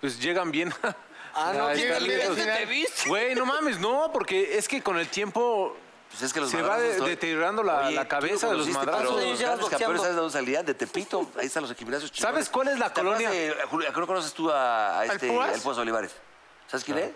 Speaker 1: pues llegan bien.
Speaker 4: Ah, no,
Speaker 1: a
Speaker 4: ¿quién
Speaker 1: estar
Speaker 3: llegan bien
Speaker 4: te-
Speaker 1: libres.
Speaker 3: al
Speaker 4: ¿quién
Speaker 3: final.
Speaker 4: te viste?
Speaker 1: Güey, no mames, no, porque es que con el tiempo
Speaker 2: Pues es que los
Speaker 1: se va
Speaker 2: madrazos
Speaker 1: de-
Speaker 2: son-
Speaker 1: deteriorando la,
Speaker 2: Oye,
Speaker 1: la
Speaker 2: tú
Speaker 1: cabeza de los
Speaker 2: conociste,
Speaker 1: madrazos.
Speaker 2: pero
Speaker 4: Sí,
Speaker 2: los
Speaker 4: llevas
Speaker 2: grandes campeones,
Speaker 4: boxeando.
Speaker 2: ¿sabes de dónde salían? De Tepito. Ahí están los equipazos chingones.
Speaker 1: ¿Sabes cuál es la
Speaker 2: ¿Te acuerdas
Speaker 1: colonia?
Speaker 2: de Julio- ¿A qué no conoces tú a, a
Speaker 3: ¿Al
Speaker 2: este,
Speaker 3: Púas?
Speaker 2: el Púas Olivares? ¿Sabes quién es?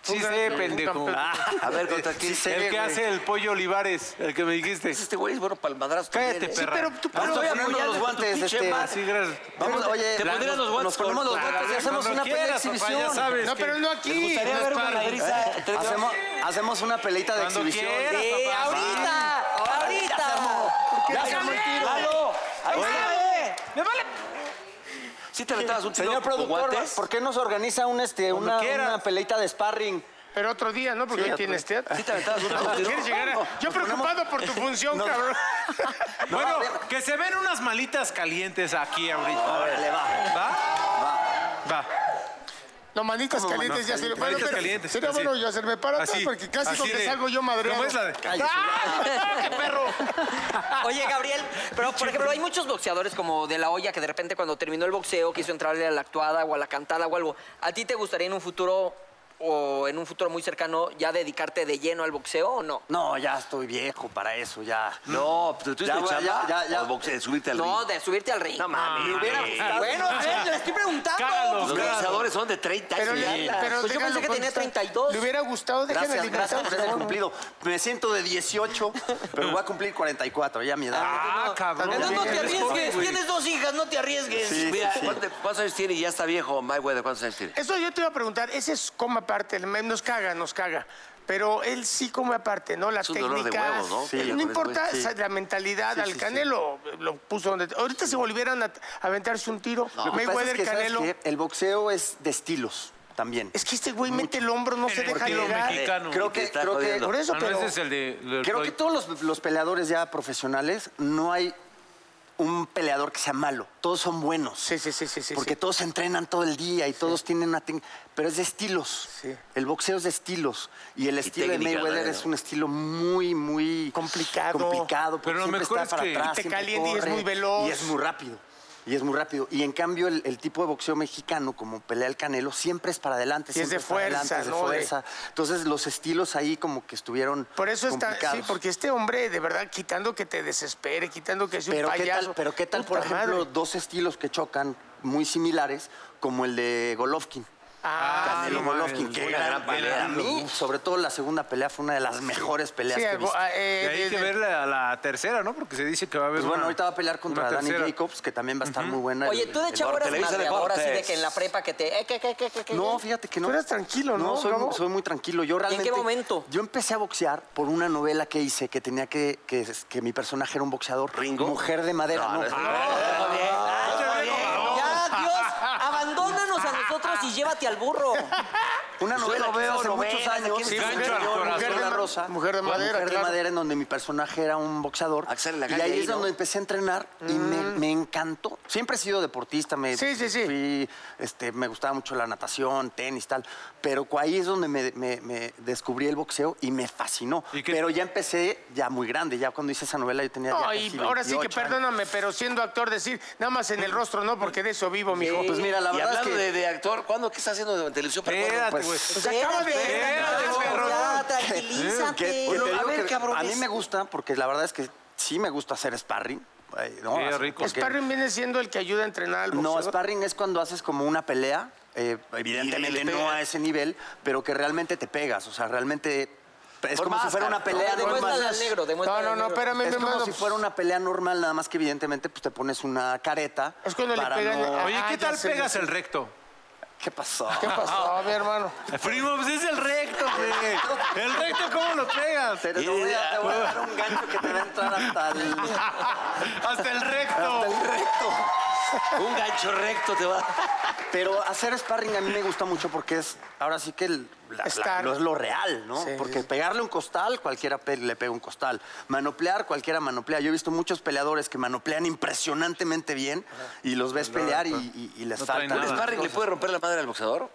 Speaker 1: Sí
Speaker 3: Puta,
Speaker 1: sé,
Speaker 3: puta,
Speaker 1: pendejo.
Speaker 5: Ah,
Speaker 3: puta.
Speaker 2: A ver, contra quién.
Speaker 5: Sí sé,
Speaker 1: El que
Speaker 5: güey.
Speaker 1: hace el pollo Olivares, el que me dijiste.
Speaker 2: Este güey es bueno para el madrazo. también,
Speaker 1: Cállate,
Speaker 2: ¿eh?
Speaker 1: perra.
Speaker 3: Pero tú,
Speaker 1: Ah,
Speaker 5: Vamos
Speaker 3: pero-
Speaker 5: a ponernos los guantes.
Speaker 2: pinche
Speaker 5: Este,
Speaker 2: madre.
Speaker 1: Sí, gracias.
Speaker 5: Vamos, oye,
Speaker 2: Te pondrías los guantes
Speaker 5: Nos ponemos los
Speaker 2: con-
Speaker 5: guantes y
Speaker 1: Cuando
Speaker 5: hacemos una pelea de
Speaker 1: quieras, papá,
Speaker 5: exhibición.
Speaker 1: ya sabes
Speaker 3: no,
Speaker 1: que-
Speaker 3: pero no aquí. no es para-
Speaker 5: Hacemos, hacemos una peleita de
Speaker 1: Cuando
Speaker 5: exhibición. eh,
Speaker 1: quieras,
Speaker 5: Sí,
Speaker 1: papá.
Speaker 4: ¡Ahorita!
Speaker 5: Ah.
Speaker 4: ¡Ahorita!
Speaker 5: Ya se armó el tiro.
Speaker 4: ¡Ahí sale!
Speaker 2: Si te aventabas un tiro
Speaker 5: Señor
Speaker 2: con
Speaker 5: productor,
Speaker 2: guantes.
Speaker 5: ¿por qué nos organiza un, este,
Speaker 1: Cuando
Speaker 5: una,
Speaker 1: quieras.
Speaker 5: una peleita de sparring?
Speaker 3: Pero otro día, ¿no? Porque
Speaker 5: Sí,
Speaker 3: hoy
Speaker 5: otro
Speaker 3: tienes
Speaker 5: día.
Speaker 3: teatro.
Speaker 2: Si te aventabas un un tiro.
Speaker 3: ¿Quieres llegar a... Yo preocupado por tu función, cabrón.
Speaker 1: Bueno, que se ven unas malitas calientes aquí ahorita.
Speaker 5: Órale, va.
Speaker 1: ¿Va? Va.
Speaker 3: No, manitas
Speaker 5: ¿Cómo
Speaker 3: calientes
Speaker 5: manos
Speaker 3: ya sirve.
Speaker 5: calientes?
Speaker 3: Bueno,
Speaker 1: Manitas
Speaker 3: pero
Speaker 1: calientes,
Speaker 3: sería
Speaker 1: así.
Speaker 3: bueno yo hacerme para atrás
Speaker 1: Así,
Speaker 3: porque casi
Speaker 1: así
Speaker 3: con que
Speaker 1: de-
Speaker 3: salgo yo
Speaker 1: ¿Cómo
Speaker 3: madreado.
Speaker 1: es la de?
Speaker 5: Cállese.
Speaker 1: ¡Qué perro!
Speaker 4: Oye, Gabriel, pero por ejemplo, hay muchos boxeadores como de la olla que de repente cuando terminó el boxeo quiso entrarle a la actuada o a la cantada o algo. ¿A ti te gustaría en un futuro o en un futuro muy cercano ya dedicarte de lleno al boxeo o no?
Speaker 5: No, ya estoy viejo para eso, ya.
Speaker 2: No, pues, tú
Speaker 5: Ya,
Speaker 2: estás
Speaker 5: ya,
Speaker 2: chamba.
Speaker 5: ya, ya.
Speaker 2: o boxe- subirte al
Speaker 4: No,
Speaker 2: ring.
Speaker 4: de subirte al ring. Ah,
Speaker 2: No mames.
Speaker 4: Bueno, a ver, le estoy preguntando.
Speaker 1: Cágalo.
Speaker 2: Los
Speaker 1: Claro.
Speaker 2: boxeadores son de 30
Speaker 3: Pero,
Speaker 2: años.
Speaker 3: le- pero
Speaker 4: Pues yo
Speaker 3: déjalo
Speaker 4: pensé que tenía
Speaker 3: contestar.
Speaker 4: 32.
Speaker 3: Le hubiera gustado, déjenme
Speaker 5: Gracias, gracias por
Speaker 3: alimentarse,
Speaker 5: ese
Speaker 3: cabrón.
Speaker 5: cumplido. Me siento de 18, pero voy a cumplir 44, ya mi edad.
Speaker 1: Ah, cabrón.
Speaker 4: No, no te
Speaker 3: Eres
Speaker 4: arriesgues, tienes dos hijas, no te arriesgues.
Speaker 2: Mira, ¿cuánto- ¿cuántos años tiene y ya está viejo Mayweather? ¿Cuántos años tiene?
Speaker 3: Eso yo te iba a preguntar, ese es como aparte, me- nos caga, nos caga. Pero él sí come aparte, ¿no? Las
Speaker 2: Es un dolor de
Speaker 3: técnicas.
Speaker 2: huevos, ¿no? Sí.
Speaker 3: no importa
Speaker 2: Sí.
Speaker 3: esa- la mentalidad, al Canelo eh, lo puso donde. Ahorita si volvieran a a aventarse un tiro,
Speaker 5: Lo que pasa es
Speaker 3: Mayweather,
Speaker 5: que, ¿sabes
Speaker 3: Canelo.
Speaker 5: qué? el boxeo es de estilos también.
Speaker 3: Es que este güey mete el hombro, no se deja
Speaker 1: estilo
Speaker 3: llegar.
Speaker 1: mexicano.
Speaker 5: Creo
Speaker 2: Te
Speaker 5: que,
Speaker 2: está
Speaker 5: creo que,
Speaker 2: jodiendo.
Speaker 3: Por eso,
Speaker 1: Ah, no,
Speaker 3: pero.
Speaker 1: ese es el de... el del
Speaker 5: creo que
Speaker 1: Floyd.
Speaker 5: todos los, los peleadores ya profesionales, no hay un peleador que sea malo. Todos son buenos.
Speaker 3: Sí, sí, sí, sí, sí.
Speaker 5: Porque
Speaker 3: sí.
Speaker 5: todos se entrenan todo el día y todos tienen una técnica. Pero es de estilos.
Speaker 3: Sí.
Speaker 5: El boxeo es de estilos. Y el estilo
Speaker 2: técnica,
Speaker 5: de Mayweather
Speaker 2: ¿no?
Speaker 5: es un estilo muy, muy.
Speaker 3: Complicado.
Speaker 5: Complicado. porque
Speaker 1: Pero lo
Speaker 5: siempre
Speaker 1: mejor
Speaker 5: está
Speaker 1: es
Speaker 5: para
Speaker 1: que-
Speaker 5: atrás,
Speaker 3: Y te
Speaker 5: siempre
Speaker 3: calienta y es
Speaker 5: corre,
Speaker 3: muy veloz.
Speaker 5: Y es muy rápido. Y es muy rápido. Y en cambio, el, el tipo de boxeo mexicano, como pelea el Canelo, siempre es para adelante.
Speaker 3: Y es
Speaker 5: siempre
Speaker 3: de
Speaker 5: para
Speaker 3: fuerza,
Speaker 5: adelante, es de
Speaker 3: ¿no? De-
Speaker 5: fuerza. Entonces, los estilos ahí como que estuvieron.
Speaker 3: Por eso está, sí,
Speaker 5: complicados.
Speaker 3: porque este hombre, de verdad, quitando que te desespere, quitando que sea un
Speaker 5: Pero qué
Speaker 3: payaso.
Speaker 5: tal, pero qué tal, por
Speaker 3: Puta
Speaker 5: ejemplo,
Speaker 3: madre.
Speaker 5: dos estilos que chocan muy similares, como el de Golovkin.
Speaker 3: Ah,
Speaker 5: Canelo
Speaker 1: sí,
Speaker 5: Golovkin,
Speaker 1: mames,
Speaker 5: qué
Speaker 1: una
Speaker 5: gran
Speaker 1: gran
Speaker 5: pelea.
Speaker 1: pelea.
Speaker 5: A mí, sobre todo la segunda pelea fue una de las mejores peleas
Speaker 3: sí,
Speaker 5: que he visto.
Speaker 3: algo, ah, eh,
Speaker 1: Y hay
Speaker 3: de-
Speaker 1: que
Speaker 3: de-
Speaker 1: ver la, la tercera, ¿no? Porque se dice que va a haber
Speaker 5: Pues bueno,
Speaker 1: una-
Speaker 5: ahorita va a pelear contra
Speaker 1: una
Speaker 5: Danny
Speaker 1: tercera.
Speaker 5: Jacobs, que también va a estar muy buena.
Speaker 4: Oye,
Speaker 5: El-
Speaker 4: tú de
Speaker 5: el-
Speaker 4: chavo eras
Speaker 2: Televisa de
Speaker 4: madreador así de
Speaker 2: Cortés.
Speaker 4: que en la prepa que te... eh, que, que, que, que, que.
Speaker 5: No, fíjate que no.
Speaker 3: Tú eras tranquilo, ¿no,
Speaker 5: soy,
Speaker 3: Gabo?
Speaker 5: soy muy tranquilo. Yo
Speaker 4: en qué
Speaker 5: realmente.
Speaker 4: momento?
Speaker 5: Yo empecé a boxear por una novela que hice que tenía que. que, que mi personaje era un boxeador.
Speaker 2: ¿Ringo?
Speaker 5: Mujer de madera. No,
Speaker 1: Ah,
Speaker 4: Ya, Dios, abandónanos a nosotros y llévate al burro.
Speaker 5: Una novela
Speaker 2: lo
Speaker 5: que hice
Speaker 2: veo,
Speaker 5: hace
Speaker 2: lo
Speaker 5: muchos
Speaker 2: ven,
Speaker 5: años.
Speaker 2: aquí
Speaker 1: en Gancho
Speaker 5: Mujer-
Speaker 1: al corazón.
Speaker 5: Mujer de
Speaker 3: Mujer de
Speaker 5: rosa.
Speaker 3: mujer de madera,
Speaker 5: Mujer
Speaker 3: claro.
Speaker 5: de madera, en donde mi personaje era un boxeador.
Speaker 2: Axel, la
Speaker 5: y
Speaker 2: calle
Speaker 5: ahí
Speaker 2: ahí,
Speaker 5: es
Speaker 2: ¿no?
Speaker 5: donde empecé a entrenar y me, me encantó. Siempre he sido deportista. Me,
Speaker 3: Sí, sí, sí.
Speaker 5: fui, este, me gustaba mucho la natación, tenis, tal. Pero ahí es donde me, me- me descubrí el boxeo y me fascinó.
Speaker 1: ¿Y qué-
Speaker 5: Pero ya empecé ya muy grande. Ya cuando hice esa novela yo tenía
Speaker 3: No,
Speaker 5: ya
Speaker 3: y
Speaker 5: casi
Speaker 3: ahora sí que
Speaker 5: 28 años.
Speaker 3: perdóname, pero siendo actor decir, nada más en el rostro no, porque de eso vivo, mijo.
Speaker 5: Pues mira, la
Speaker 2: y
Speaker 5: verdad es
Speaker 2: hablando
Speaker 5: que...
Speaker 2: de, de actor, ¿cuándo qué está haciendo en televisión? Pero bueno,
Speaker 1: Espérate,
Speaker 5: pues,
Speaker 1: güey.
Speaker 3: Pues acaba de-
Speaker 4: Espérate,
Speaker 1: Espérate,
Speaker 4: no,
Speaker 1: perro.
Speaker 4: Ya,
Speaker 5: Que-
Speaker 4: tranquilízate.
Speaker 5: que te digo
Speaker 2: a ver,
Speaker 5: que
Speaker 2: cabrones.
Speaker 5: a mí me gusta, porque la verdad es que sí me gusta hacer sparring. Ay, no,
Speaker 1: Qué
Speaker 5: así,
Speaker 1: rico.
Speaker 5: porque-
Speaker 3: Sparring viene siendo el que ayuda a entrenar al
Speaker 5: No,
Speaker 3: boxeador.
Speaker 5: sparring es cuando haces como una pelea, eh, evidentemente
Speaker 2: Y le
Speaker 5: no
Speaker 2: pega.
Speaker 5: a ese nivel, pero que realmente te pegas, o sea, realmente es
Speaker 2: Por
Speaker 5: como si
Speaker 2: máscara.
Speaker 5: fuera una pelea
Speaker 4: No,
Speaker 5: normal.
Speaker 4: demuéstrale al negro, demuéstrale
Speaker 3: No, no,
Speaker 4: al
Speaker 3: no,
Speaker 4: negro.
Speaker 3: espérame,
Speaker 5: Es
Speaker 3: mi
Speaker 5: como
Speaker 3: hermano.
Speaker 5: si fuera una pelea normal, nada más que evidentemente pues, te pones una careta.
Speaker 3: Es cuando le
Speaker 5: para
Speaker 3: pegan
Speaker 5: no-
Speaker 3: a-
Speaker 1: Oye,
Speaker 3: Ah,
Speaker 1: ¿qué
Speaker 3: ya
Speaker 1: tal
Speaker 3: sé, ya
Speaker 1: pegas
Speaker 3: sé.
Speaker 1: el recto?
Speaker 5: ¿Qué pasó?
Speaker 3: ¿Qué pasó, mi hermano?
Speaker 1: Primo, pues es el recto, güey. ¿El recto cómo lo pegas?
Speaker 4: Te, te voy a, te voy a dar un gancho que te va a entrar hasta el,
Speaker 1: Hasta el recto.
Speaker 4: hasta el recto.
Speaker 2: Un gancho recto te va.
Speaker 5: Pero hacer sparring a mí me gusta mucho porque es, ahora sí que el- la- la-
Speaker 3: Estar.
Speaker 5: lo, es lo real, ¿no?
Speaker 3: Sí,
Speaker 5: porque
Speaker 3: sí, sí.
Speaker 5: pegarle un costal, cualquiera pe- le pega un costal. Manoplear, cualquiera manoplea. Yo he visto muchos peleadores que manoplean impresionantemente bien y los ves pelear y, y- y les
Speaker 1: trae
Speaker 5: saltan.
Speaker 2: ¿Un
Speaker 1: nada.
Speaker 2: sparring le puede romper la madre al boxeador?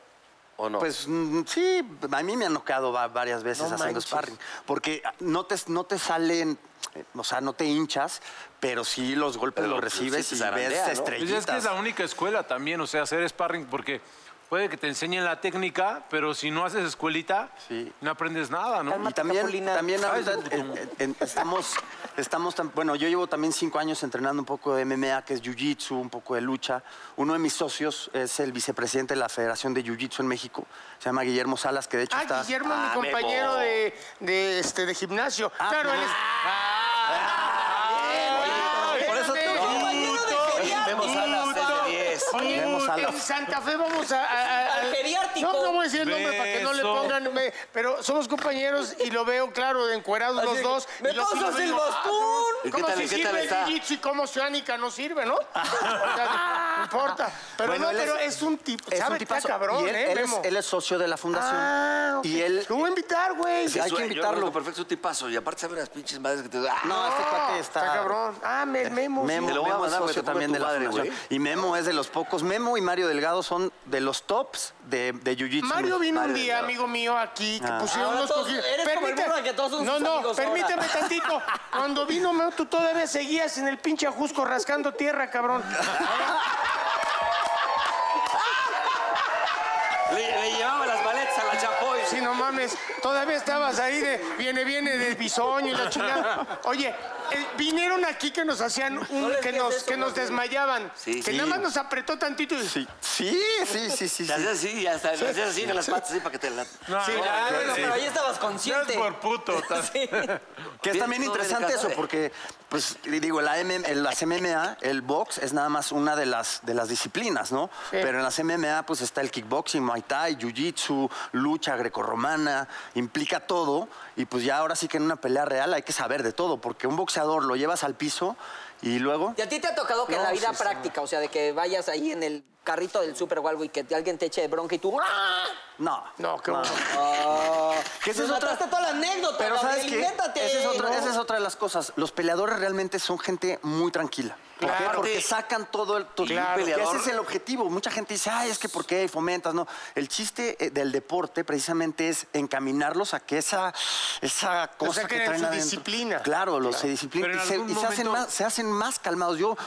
Speaker 2: ¿O no?
Speaker 5: Pues mm, sí, a mí me han nocado va- varias veces
Speaker 3: No
Speaker 5: haciendo
Speaker 3: manches.
Speaker 5: sparring. Porque no te, no te salen, eh, o sea, no te hinchas, pero sí los golpes
Speaker 2: Pero
Speaker 5: los
Speaker 2: sí
Speaker 5: recibes
Speaker 2: te
Speaker 5: y
Speaker 2: zarandea,
Speaker 5: ves
Speaker 2: ¿no?
Speaker 1: Pues es que es
Speaker 5: estrellitas.
Speaker 1: la única escuela también, o sea, hacer sparring, porque puede que te enseñen la técnica, pero si no haces escuelita,
Speaker 5: Sí.
Speaker 1: no aprendes nada, ¿no?
Speaker 5: Y también,
Speaker 4: Capulina.
Speaker 3: Ah,
Speaker 5: también
Speaker 1: Ay,
Speaker 5: ahorita,
Speaker 1: ese puto
Speaker 5: eh,
Speaker 1: mo-
Speaker 5: eh, en- estamos, estamos tan, bueno, yo llevo también cinco años entrenando un poco de MMA, que es Jiu-Jitsu, un poco de lucha. Uno de mis socios es el vicepresidente de la Federación de Jiu-Jitsu en México, se llama Guillermo Salas, que de hecho está...
Speaker 3: Ah, Guillermo,
Speaker 2: Ah,
Speaker 3: mi compañero
Speaker 2: Memo.
Speaker 3: de, de, este, de gimnasio.
Speaker 5: Ah,
Speaker 3: claro,
Speaker 5: pues,
Speaker 3: él es. Ah, eh,
Speaker 5: ah,
Speaker 2: Oye, por eso tú.
Speaker 3: espérate.
Speaker 4: ¡Eh, Compañero de geriátrico.
Speaker 2: Memo Salas es de 10.
Speaker 3: Oye,
Speaker 5: Memo Salas.
Speaker 3: en Santa Fe vamos a... a- a-
Speaker 4: Al geriátrico.
Speaker 3: No, no voy a decir el nombre para que no le
Speaker 1: Beso.
Speaker 3: pongan... me- pero somos compañeros y lo veo, claro, de encuerados los dos.
Speaker 4: ¡Me
Speaker 3: y los- y lo
Speaker 4: pasas el
Speaker 3: digo,
Speaker 4: bastón!
Speaker 2: ¿Y qué
Speaker 3: ¿Cómo
Speaker 2: tal-
Speaker 3: si
Speaker 2: qué tal
Speaker 3: sirve el
Speaker 2: está?
Speaker 3: jiu-jitsu y cómo oceánica no sirve, no? O sea, no importa. Pero
Speaker 5: Ah. Bueno,
Speaker 3: no,
Speaker 5: él es-
Speaker 3: pero es un tipo...
Speaker 5: Es
Speaker 3: ¿Sabe?
Speaker 5: un
Speaker 3: Está
Speaker 5: tipazo.
Speaker 3: cabrón,
Speaker 5: Y él,
Speaker 3: ¿eh,
Speaker 5: él es,
Speaker 3: Memo?
Speaker 5: él es socio de la fundación.
Speaker 3: Ah, ok.
Speaker 5: Y él...
Speaker 3: Lo voy a invitar, güey.
Speaker 5: Sí, hay que
Speaker 2: Yo lo
Speaker 5: invitarlo.
Speaker 2: conozco Perfecto, es un tipazo. Y aparte sabe las pinches madres que te da.
Speaker 5: No,
Speaker 4: Ah.
Speaker 5: este cuate está... Eh,
Speaker 3: Está cabrón. Ah, me- Memo.
Speaker 5: Memo,
Speaker 2: Te lo voy a
Speaker 5: Memo es
Speaker 2: mandar, güey,
Speaker 5: socio
Speaker 2: te pongo
Speaker 5: también
Speaker 2: tu
Speaker 5: de la
Speaker 2: madre,
Speaker 5: fundación.
Speaker 2: güey.
Speaker 5: Y Memo es de los pocos. Memo y Mario Delgado son de los tops de, de Jiu-Jitsu.
Speaker 3: Mario vino
Speaker 5: Mario
Speaker 3: un día,
Speaker 5: Delgado.
Speaker 3: amigo mío, aquí, que
Speaker 5: Ah.
Speaker 3: pusieron
Speaker 4: Ahora
Speaker 3: unos
Speaker 4: todos-
Speaker 3: cojines.
Speaker 4: eres como el burro de que todos son
Speaker 3: no,
Speaker 4: sus
Speaker 3: no,
Speaker 4: amigos ahora.
Speaker 3: permíteme tantito. Cuando vino, Memo, tú todavía seguías en el pinche ajusco rascando tierra, cabrón.
Speaker 2: Le, le llevaba las maletas a la Chapoy.
Speaker 3: Sí, no mames, todavía estabas ahí de viene, viene del bisoño y la chingada. Oye, eh, vinieron aquí que nos hacían un,
Speaker 4: No les
Speaker 3: que
Speaker 4: digas
Speaker 3: nos,
Speaker 4: eso,
Speaker 3: que nos
Speaker 4: Manuel.
Speaker 3: desmayaban.
Speaker 2: Sí,
Speaker 3: que
Speaker 2: sí.
Speaker 3: nada más nos apretó tantito y.
Speaker 5: Sí, sí, sí, sí. sí,
Speaker 2: Te
Speaker 5: sí.
Speaker 2: hacías así y hasta te hacías así en las patas así para que te la...
Speaker 1: No, no,
Speaker 4: Ah,
Speaker 1: no,
Speaker 4: bueno,
Speaker 1: sí.
Speaker 4: pero ahí estabas consciente.
Speaker 1: No es por puto. tal.
Speaker 4: Sí.
Speaker 5: Que es
Speaker 2: Bien,
Speaker 5: también
Speaker 2: no,
Speaker 5: interesante
Speaker 2: delicado,
Speaker 5: eso,
Speaker 2: eh.
Speaker 5: porque, pues, le digo, la MM, el- las MMA, el box, es nada más una de las, de las disciplinas, ¿no? Pero en las MMA, pues, está el kickboxing, muay thai, jiu-jitsu, lucha grecorromana, implica todo. Y, pues, ya ahora sí que en una pelea real hay que saber de todo, porque un boxeador lo llevas al piso y luego...
Speaker 4: ¿Y a ti te ha tocado que en
Speaker 5: No,
Speaker 4: la vida
Speaker 5: sí, sí.
Speaker 4: práctica, o sea, de que vayas ahí en el carrito del súper o algo y que alguien te eche de bronca y tú... ¡ah!
Speaker 5: No.
Speaker 3: No, qué bueno.
Speaker 4: Ah,
Speaker 5: Que esa
Speaker 4: nos
Speaker 5: es otra-
Speaker 4: mataste toda la anécdota,
Speaker 5: Pero ¿sabes
Speaker 4: Gabriel,
Speaker 5: qué?
Speaker 4: invéntate.
Speaker 5: Esa es, otra, esa es otra de las cosas. Los peleadores realmente son gente muy tranquila. ¿Por qué?
Speaker 2: Claro.
Speaker 5: Porque sacan todo el... todo-
Speaker 2: Claro.
Speaker 5: porque
Speaker 2: Peleador-
Speaker 5: ese es el objetivo. Mucha gente dice, ay, es que ¿por qué fomentas? No, el chiste eh, del deporte precisamente es encaminarlos a que esa, esa cosa
Speaker 3: saquen
Speaker 5: que
Speaker 3: en
Speaker 5: traen
Speaker 3: su
Speaker 5: adentro-
Speaker 3: disciplina.
Speaker 5: Claro, los se
Speaker 1: Pero
Speaker 5: disciplinan
Speaker 1: en
Speaker 5: y, se,
Speaker 1: algún
Speaker 5: y se hacen
Speaker 1: momento-
Speaker 5: más, se hacen más calmados. Yo...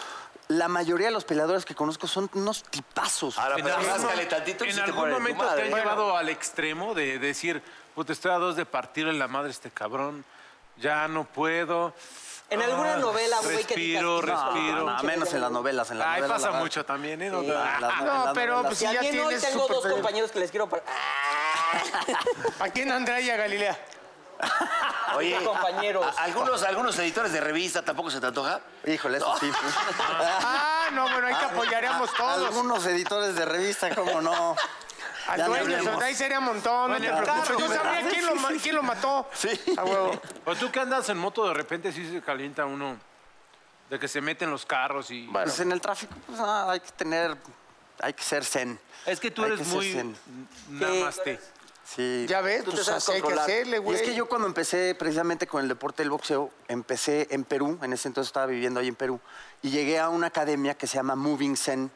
Speaker 5: La mayoría de los peleadores que conozco son unos tipazos.
Speaker 2: Ahora, pero
Speaker 1: algún-
Speaker 2: ráscale tantito y
Speaker 1: en
Speaker 2: se te
Speaker 1: algún
Speaker 2: pone de tu
Speaker 1: momento
Speaker 2: madre,
Speaker 1: te
Speaker 2: ¿eh?
Speaker 1: han llevado al extremo de decir, puta, estoy a dos de partir en la madre este cabrón, ya no puedo. Ah,
Speaker 4: En alguna novela, güey, que
Speaker 1: Respiro,
Speaker 4: digas, "Hijo de
Speaker 5: No,
Speaker 1: respiro.
Speaker 5: Ah, no, menos en las novelas. En las
Speaker 1: Ay,
Speaker 5: novelas,
Speaker 1: pasa
Speaker 5: la verdad.
Speaker 1: mucho también, ¿eh? No,
Speaker 5: En las- en las
Speaker 3: No,
Speaker 5: novelas.
Speaker 3: pero, pues,
Speaker 4: Si
Speaker 3: ya
Speaker 4: alguien hoy
Speaker 3: tienes
Speaker 4: tengo
Speaker 3: súper
Speaker 4: dos
Speaker 3: feliz.
Speaker 4: compañeros que les quiero... par- ¡Ah!
Speaker 3: Aquí en Andraya, Galilea.
Speaker 2: Oye,
Speaker 4: compañeros.
Speaker 2: a- algunos, algunos editores de revista tampoco se te antoja.
Speaker 5: Híjole, eso sí.
Speaker 3: Ah, no, bueno, ahí te apoyaremos todos.
Speaker 5: Algunos editores de revista, cómo no.
Speaker 3: Al
Speaker 5: Ya ni
Speaker 3: dueño,
Speaker 5: hablemos.
Speaker 3: sobre ahí sería montón. no te preocupes.
Speaker 1: claro,
Speaker 3: Yo sabría quién lo, ma- quién lo mató. Sí. A huevo.
Speaker 1: O tú que andas en moto, de repente sí se calienta uno de que se meten los carros y...
Speaker 5: Pues en el tráfico pues, ah, hay que tener, hay que ser zen.
Speaker 1: Es que tú
Speaker 5: Hay
Speaker 1: eres
Speaker 5: ser
Speaker 1: muy
Speaker 5: zen.
Speaker 1: namaste.
Speaker 5: Sí.
Speaker 3: Ya ves,
Speaker 5: Tú te
Speaker 3: pues
Speaker 5: sabes
Speaker 3: así hay que
Speaker 5: controlar.
Speaker 3: hacerle, güey.
Speaker 5: Y es que yo cuando empecé precisamente con el deporte del boxeo, empecé en Perú, en ese entonces estaba viviendo ahí en Perú, y llegué a una academia que se llama Moving Zen,